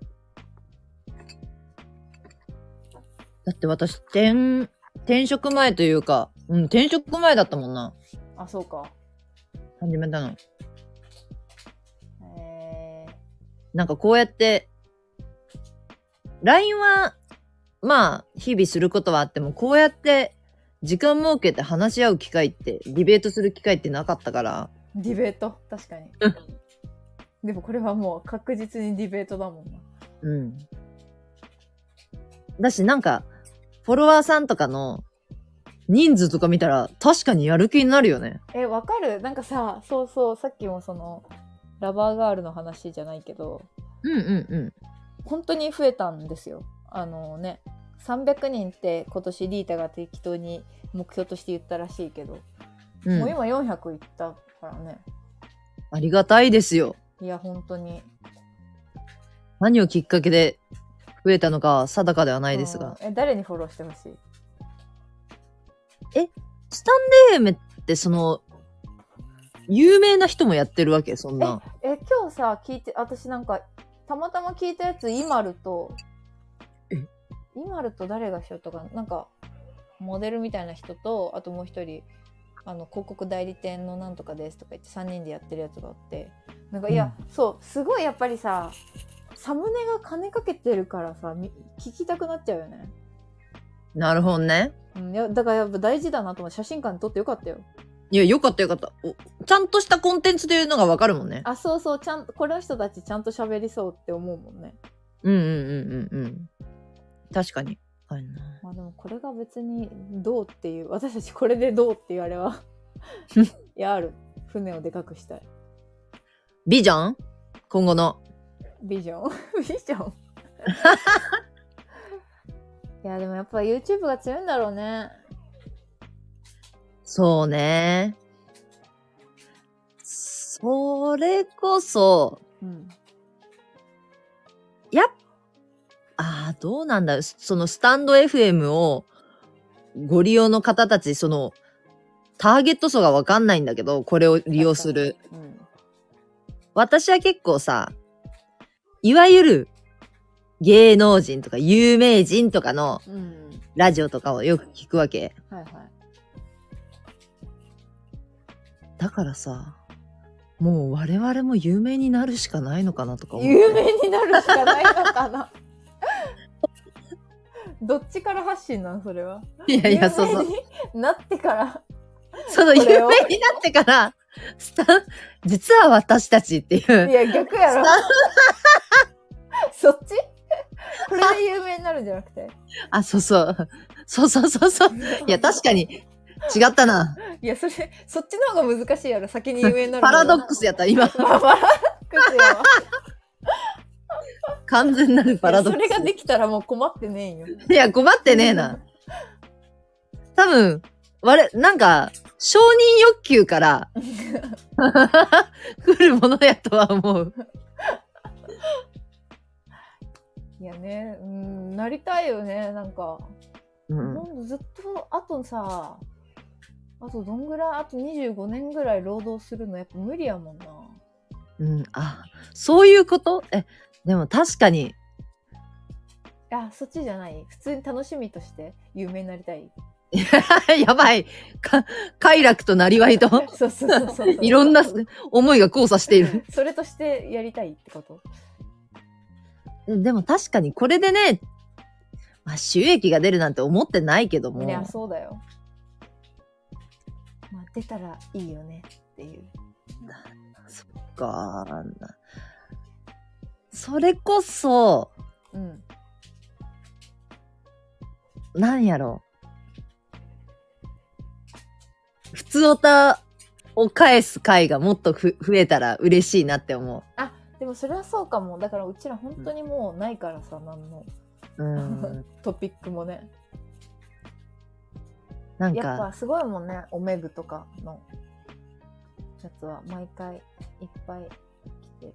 だって私、転、転職前というか、うん、転職前だったもんな。あそうか始めたの。えなんかこうやって、LINE は、まあ、日々することはあっても、こうやって、時間設けて話し合う機会って、ディベートする機会ってなかったから、ー、ディベート確かにうんでもこれはもう確実にディベートだもんなうん。だし、なんか、フォロワーさんとかの人数とか見たら、確かにやる気になるよね。えわかるなんかさそうそうさっきもそのラバーガールの話じゃないけどうんうんうん。本当に増えたんですよあのね300人って今年リータが適当に目標として言ったらしいけど、うんもう今400いったからねありがたいですよ。いや本当に何をきっかけで増えたのか定かではないですが。うんえ誰にフォローしてほしいスタンデーメってその、有名な人もやってるわけそんな。え今日さ聞いて私なんかたまたま聞いたやつイマルとえイマルと誰がしようとかなんかモデルみたいな人とあともう一人あの広告代理店のなんとかですとか言って3人でやってるやつがあってなんかいや、そうすごいやっぱりさサムネが金かけてるからさみ聞きたくなっちゃうよね、なるほどね。うん、いやだからやっぱ大事だなと思う写真館に撮ってよかったよいや、よかったよかった。おちゃんとしたコンテンツというのがわかるもんね。あそうそうちゃんこの人たちちゃんと喋りそうって思うもんねうんうんうんうんうん。確かに。はいな。まあでもこれが別にどうっていう私たちこれでどうっていうあれはいやある船をでかくしたいビジョン今後の。ビジョン ビジ ョンいやでもやっぱ YouTube が強いんだろうねそうね。それこそ、うんやっ、ああ、どうなんだ。そのスタンド FM をご利用の方たち、その、ターゲット層がわかんないんだけど、これを利用する。うん私は結構さ、いわゆる芸能人とか有名人とかのうんラジオとかをよく聞くわけ。はいはいだからさ、もう我々も有名になるしかないのかなとか思って有名になるしかないのか などっちから発信なんそれはいやいや、そうそう。有名になってからその有これを名になってから、スタン、実は私たちっていう。いや逆やろ そっち これで有名になるんじゃなくてあ、そうそう。そうそうそうそう。いや、確かに違ったな。いやそれそっちの方が難しいやろ先に有名になるパラドッスクスやった、今。まあ、パラドックスよ。完全なるパラドッそクれができたらもう困ってねえよ。 ス。いや、困ってねえな。。多分、我、なんか、承認欲求から、 来るものやとは思う。いやね、うん、なりたいよね、なんか。うんほ、んとずっと、あとさ、あとどんぐらい、あと25年ぐらい労働するのやっぱ無理やもんな。うん、あ、そういうことえ、でも確かに、 あ、そっちじゃない普通に楽しみとして有名になりたい。やばい。か、快楽となりわいと、そうそうそうそう。 いろんな思いが交差している。それとしてやりたいってことでも確かにこれでね、まあ、収益が出るなんて思ってないけども、いや、そうだよ。まあ、出たらいいよねっていう。かなそれこそ、うん。なんやろう。普通おたを返す回がもっとふ増えたら嬉しいなって思でもそれはそうかもだからうちら本当にもうないからさ、何のう。うん。トピックもねなんやっか、ぱすごいもんねおめぐとかのやつは毎回いっぱい来てる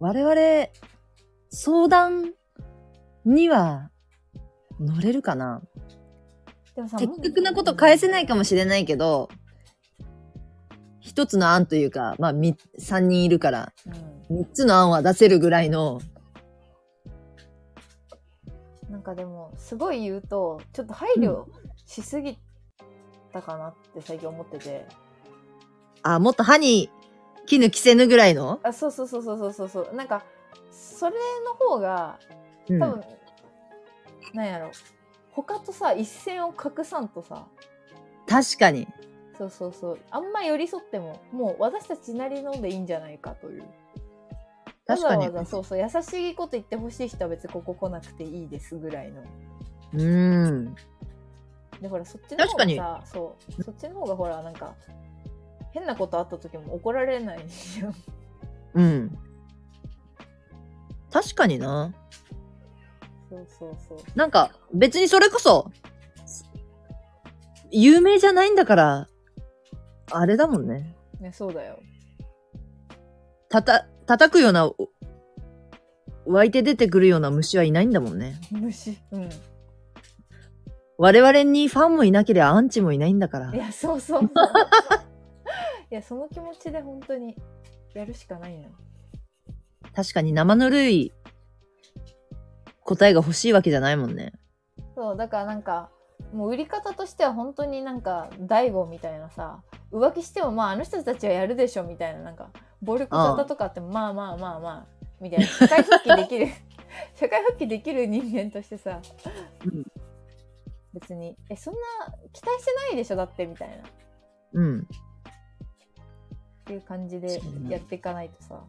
我々、相談には乗れるかなでもさ的確なこと返せないかももしれないけど、一つの案というか、まあ、み三人いるから、う、三つの案は出せるぐらいの、ん、なんかでもすごい言うとちょっと配慮しすぎたかなって最近思ってて、あ、もっと歯に絹着せぬぐらいの、あそうそうそうそうそうそうそうなんかそれの方がうん多分、なんやろ他とさ一線を隠さんとさ、確かに。そうそうそうあんま寄り添ってももう私たちなりのでいいんじゃないかという確かにわざわざそうそう優しいこと言ってほしい人は別にここ来なくていいですぐらいのうーん。だからそっちの方確がさそうそっちの方がほらなんか変なことあった時も怒られないしうん。確かにな。そうそうそうなんか、別にそれこそ、有名じゃないんだから、あれだもんね。ねそうだよたた、叩くような、お湧いて出てくるような虫はいないんだもんね。虫うん我々にファンもいなければアンチもいないんだからい。やそうそうそういやその気持ちで本当にやるしかないの確かに生ぬるい答えが欲しいわけじゃないもんね。そうだからなんかもう売り方としては本当になんか大悟みたいなさ浮気してもまああの人たちはやるでしょみたいななんか暴力沙汰とかってまあまあまあまあみたいな社会復帰で きる社会復帰できる人間としてさ、うん別にえそんな期待してないでしょだってみたいなっうん。ていう感じでやっていかないとさ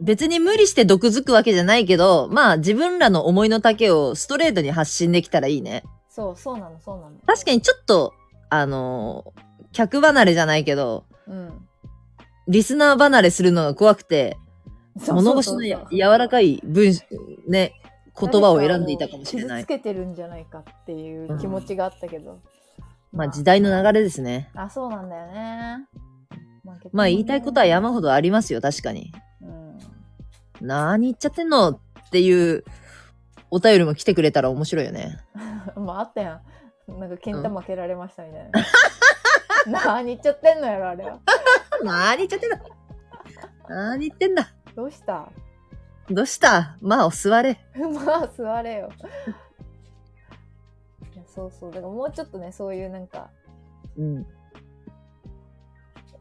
別に無理して毒づくわけじゃないけど、まあ自分らの思いの丈をストレートに発信できたらいいね。そうそうなのそうなの確かにちょっと、あのー客離れじゃないけど、うんリスナー離れするのが怖くて、物腰のや柔らいかい文章、ね、言葉を選んでいたかもしれな傷いつ。けてるんじゃないかっていう気持ちがあったけど。まあ時代の流れですね。あ、そうなんだよね。まあ、まあ言いたいことはま、山ほどありますよ、確かに。うん。 何言っちゃってんのっていうお便りも来てくれたら面白いよね。まああったやん。なんか、けん玉蹴られましたみたい な。なあ、言っちゃってんのやろ、あれは。何言っちゃってんだ何言ってんだどうした どうしたまあお座れ。まあ座れよ。いやそうそうだからもうちょっとねそういうなんかうん。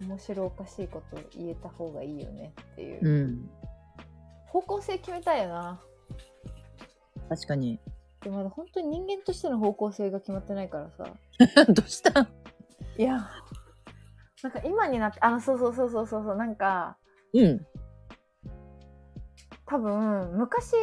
面白おかしいこと言えた方がいいよねっていう、うん。方向性決めたいよな確かに。でもまだ本当に人間としての方向性が決まってないからさ どうしたいやなんか今になってあのそうそうそうそうそうそうなんかうん。多分昔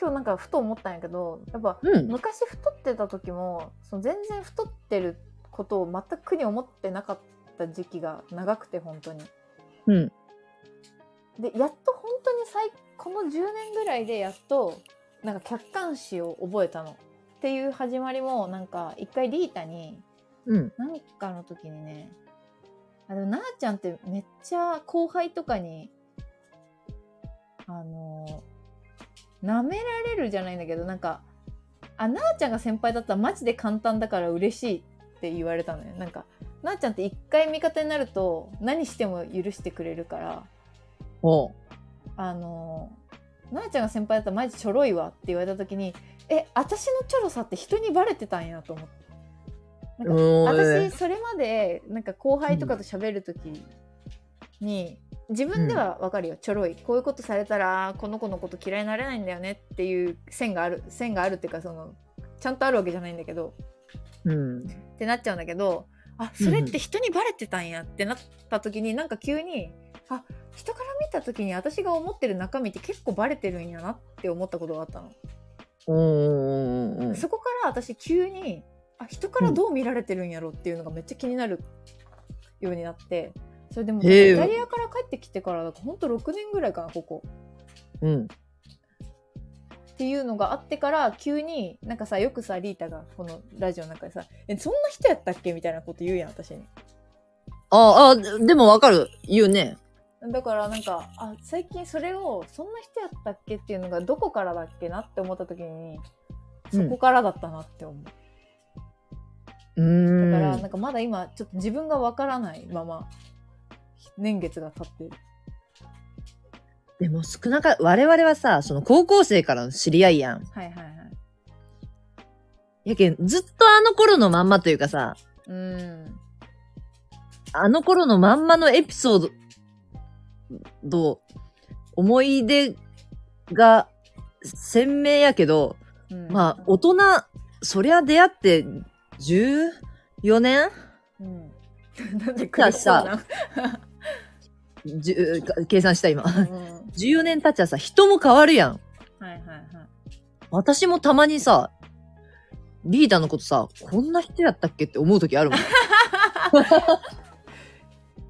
今日なんかふと思ったんやけどやっぱうん。昔太ってた時もその全然太ってることを全く苦に思ってなかった時期が長くて本当にうん。でやっと本当に最この10年ぐらいでやっとなんか客観視を覚えたのっていう始まりもなんか一回リータにうん。何かの時にねあでもなあちゃんってめっちゃ後輩とかにあのなめられるじゃないんだけどなんかあなあちゃんが先輩だったらマジで簡単だから嬉しいって言われたのよなんかなあちゃんって一回味方になると何しても許してくれるからおう。あのなあちゃんが先輩だったらマジちょろいわって言われた時にえ私のちょろさって人にバレてたんやと思ってなんかお私ーそれまでなんか後輩とかと喋る時に自分ではわかるよ、ちょろいこういうことされたらこの子のこと嫌いになれないんだよねっていう線がある線があるっていうかそのちゃんとあるわけじゃないんだけどうん。ってなっちゃうんだけどあそれって人にバレてたんやってなった時に、なんか急にあ人から見た時に私が思ってる中身って結構バレてるんやなって思ったことがあったの、おーおーおーおーそこから私急にあ人からどう見られてるんやろっていうのがめっちゃ気になるようになってそれでもイタへえリアから帰ってきてからだからほんと6年ぐらいかなここうん。っていうのがあってから急になんかさよくさリータがこのラジオの中でさ「えそんな人やったっけ?」みたいなこと言うやん私に。ああ、ででもわかる。言うね。だからなんかあ最近それをそんな人やったっけっていうのがどこからだっけなって思った時にうそんこからだったなって思う、うだからなー。んんかまだ今ちょっと自分がわからないまま年月が経ってるでも少なか、我々はさ、その高校生からの知り合いやん。はいはいはいやけん、ずっとあの頃のまんまというかさ、うんあの頃のまんまのエピソード、どう思い出が鮮明やけど、うんまあ、大人、そりゃ出会って14年うん、 なんでじゃあ苦しそうさな、 10か計算した今。 うん、は14年経っちゃさ、人も変わるやん。いはいはい私もたまにさ、リーダーのことさ、こんな人やったっけって思う時あ るもん。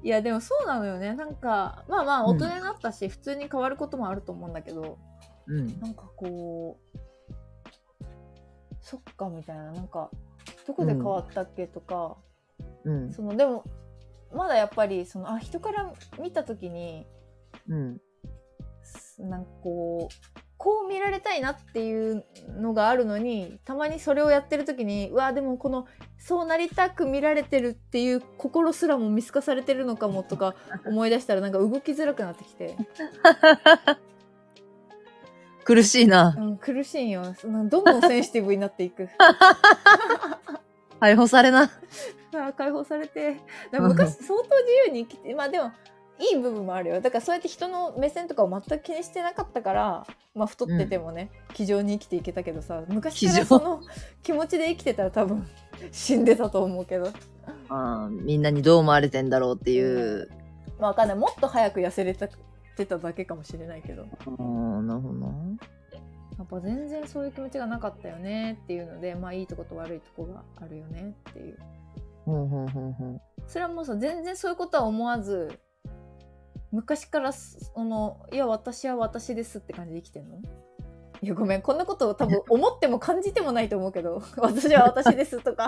いやでもそうなのよねなんかまあまあう大ん人になったし、普通に変わることもあると思うんだけどうん。なんかこうそっかみたいななんかどこで変わったっけとか、うん。そのでもまだやっぱりそのあ人から見た時にうん。すなんかこうこう見られたいなっていうのがあるのにたまにそれをやってる時にうわでもこのそうなりたく見られてるっていう心すらも見透かされてるのかもとか思い出したらなんか動きづらくなってきて。苦しいな。うん、苦しいんよ。そのどんどんセンシティブになっていく。解放されな。ああ解放され て。だから昔相当自由に生きて、まあでも、いい部分もあるよ。だからそうやって人の目線とかを全く気にしてなかったから、まあ太っててもね、気丈に生きていけたけどさ、昔か気ら丈その気持ちで生きてたら多分 死んでたと思うけど。あーみんなにどう思われてんだろうっていう。まあわかんない。もっと早く痩せれたてただけかもしれないけど。うん、なるほどな。やっぱ全然そういう気持ちがなかったよねっていうので、まあいいとこと悪いとこがあるよねっていう。ほんほんほんほん。それはもうさ全然そういうことは思わず昔からすそのいや私は私ですって感じで生きてんのいやごめんこんなことを多分思っても感じてもないと思うけど 私は私ですとかい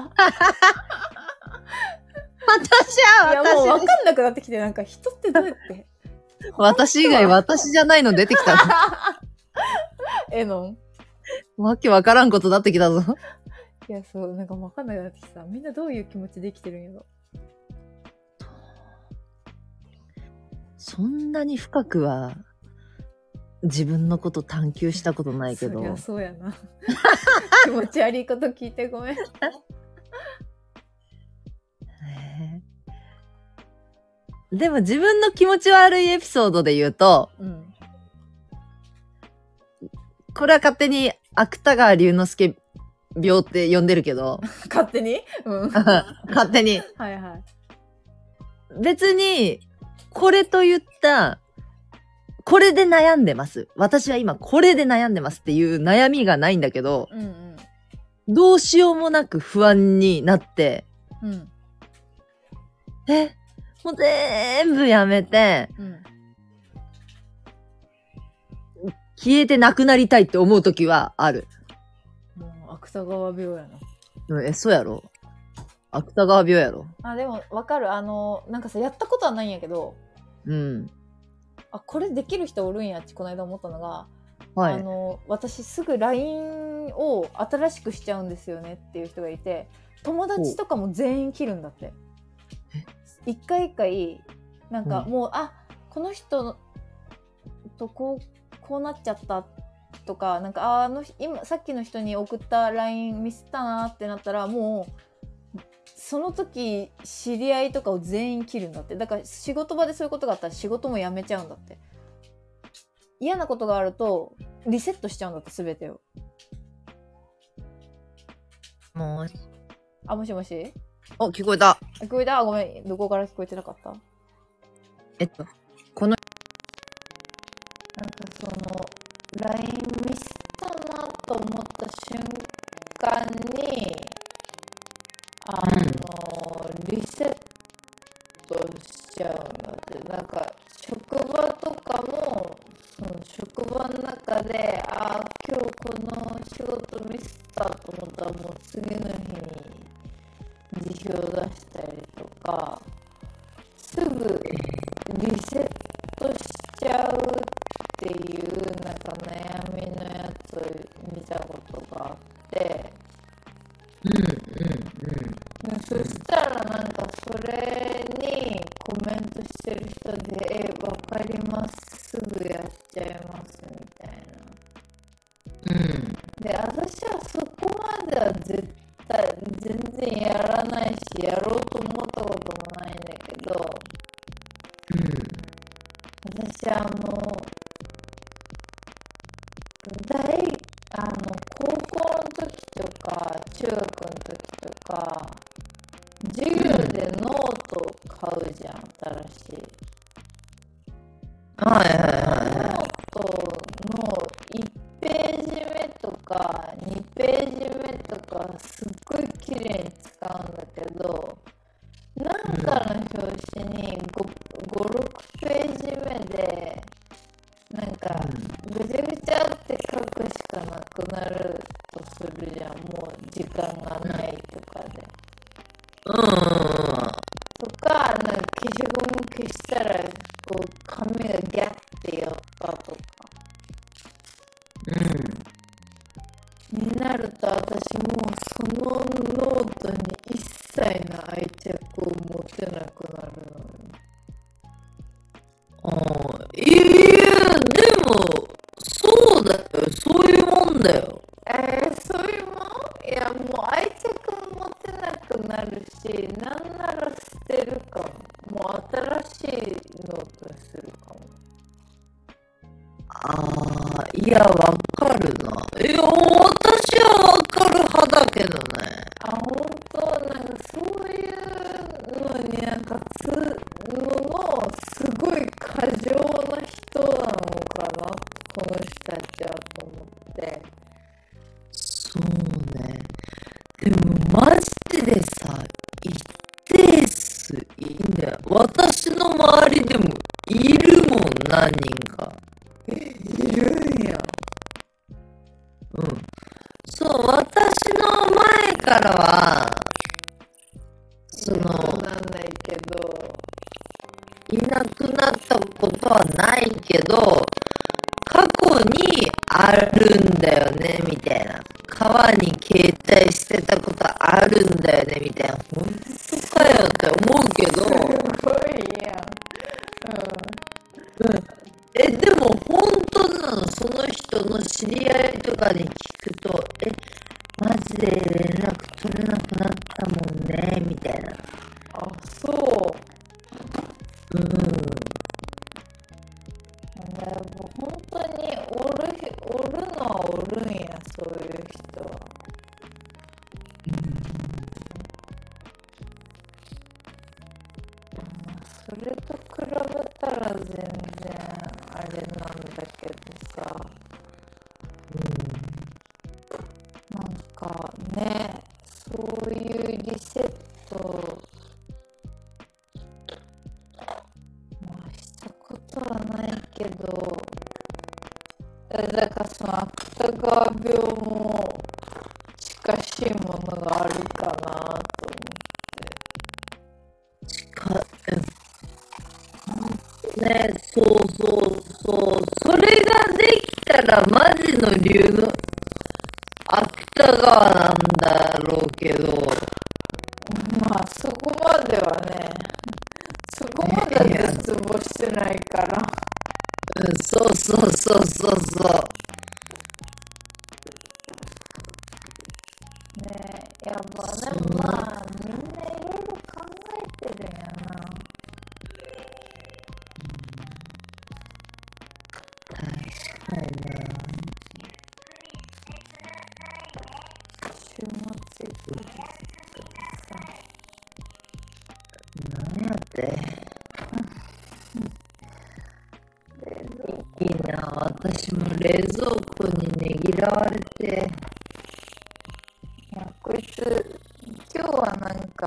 やはもう分、私かんなくなってきてなんか人ってどうやって 私以外私じゃないの出てきたぞ。えのんわけわからんことなってきたぞ。いやそうなんか分かんなくなってきてさみんなどういう気持ちで生きてるんやろそんなに深くは、自分のこと探求したことないけどそり。ゃそうやな 気持ち悪いこと聞いてごめんねえでも自分の気持ち悪いエピソードで言うと、うんこれは勝手に芥川龍之介病って呼んでるけ ど、勝手にうんは勝手に。いはい別に、これと言った、これで悩んでます。私は今これで悩んでますっていう悩みがないんだけど、うんうんどうしようもなく不安になって、うんえ、もう全部やめて、うん消えてなくなりたいって思う時はある。もう芥川病やなうんえ、そうやろ芥川病やろあでもわかるあのなんかさやったことはないんやけどうん。あこれできる人おるんやってこの間思ったのが、はい。あの私すぐ LINE を新しくしちゃうんですよねっていう人がいて友達とかも全員切るんだって一回一回なんかうもう、あこの人のとこうこうなっちゃったとかなんかああの今さっきの人に送った LINE ミスったなってなったらもうその時知り合いとかを全員切るんだってだから仕事場でそういうことがあったら仕事も辞めちゃうんだって嫌なことがあるとリセットしちゃうんだって全てをもう、あもしもしお、聞こえた。聞こえたごめんどこから聞こえてなかったなんかえっと、その LINE ミスったなと思った瞬間にあの、リセットしちゃうんだってなんか職場とかもその職場の中でああ今日この仕事ミスったと思ったらもう次の日に辞表出したりとかすぐリセットしちゃうっていうなんか悩みのやつを見たことがあって。うん、うん、うん。ねそしたらなんかそれにコメントしてる人で「えわかりますすぐやっちゃいます」みたいなうん。で私はそこまでは絶対全然やらないしやろうと思ったこともないんだけど私あの大あの高校の時とか中学の時とか授業でノートを買うじゃん新しいはいはいノはートの1ページ目とか2ページ目とかすっごい綺麗に使うんだけどなんかの表紙に56ページ目でなんかぐちゃぐちゃって書くしかなくなるとするじゃんもう時間がないとかで。い。うとか、なんか消しゴム消したら、こう、髪がギャッて寄ったとか。ん、うん。うん。になると、私もうそのノートに一切の愛着を持てなくなるのに。ああ、いやいや、でも、そうだよ。そういうもんだよ。えー、そういうもんいや、もう愛着も持てなくなるし、なんなら捨てるかも。もう新しいノートにするかも。ああ、いや、わかるな。いや、私はわかる派だけどね。あ、本当なんかそういうのになんかつののすごい過剰な人なのかなこの人たちはと思ってそうね。でも、マジでさ、一定数いいんだよ。私の周りでもいる何人か。いるんや。うん。そう、私の前からは、その、なんないけどいなくなったことは ないけど、過去にあるんだよね、みたいな。川に携帯してたことあるんだよね、みたいな。本当かよって思うけど、すごいやんえ、でも本当なの、その人の知り合いとかに聞くと、え、マジで連絡取れなくなったもんね、みたいな。うんあそううん。なんだよもう本当におるひおるのはおるんやそういう人はまあそれと比べたら全然あれなんだけどさなんかねそういうリセットまあしたことはないけどえだからその芥川病も近しいものがあるかなと思って。か、うん。ね、そうそうそう。それができたらマジの竜の芥川なんだろうけど、まあそこまではねそこまでは絶望してないからうん、そうそうそうそうそう。ねえやばそでうもまあみんないろいろ考えてるんやな確かにね。週末行くんですけどさなんやって。いいな、私も冷蔵庫にねぎらわれて。いやこいつ今日はなんか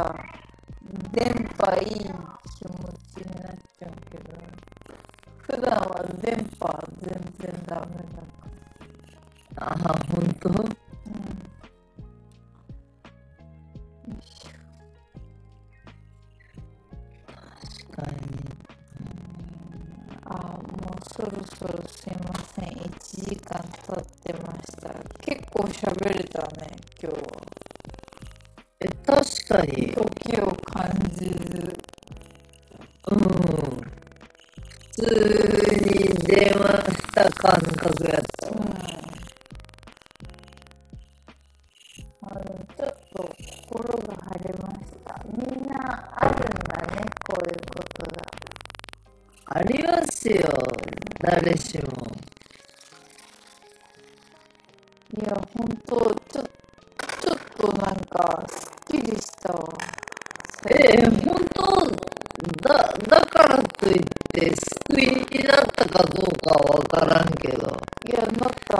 電波いい気持ちになっちゃうけど普段は電波全然ダメだからああ、ほんとうんよいしょ確かに。あーもうそろそろすいません1時間経ってました結構喋れたね今日はえ、確かに。時を感じずうん普通に電話した感覚やったうんあのちょっと心が晴れましたみんなあるんだねこういうことがありますよ誰しもいやほんとちょちょっとなんかすっきりしたわええ本当だだからといって救いになったかどうかは分からんけどいやなったなったあ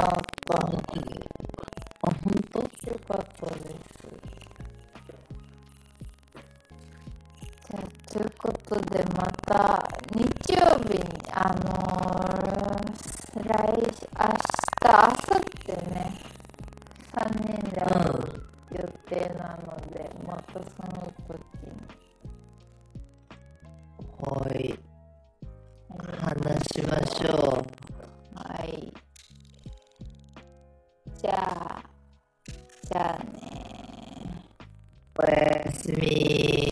本当よかったです。じゃあということでまた日曜日にあのー、来明日明後日ね3人で会う予定なので、またその時にうんはいは話しましょういはいじゃあじゃあねおやすみ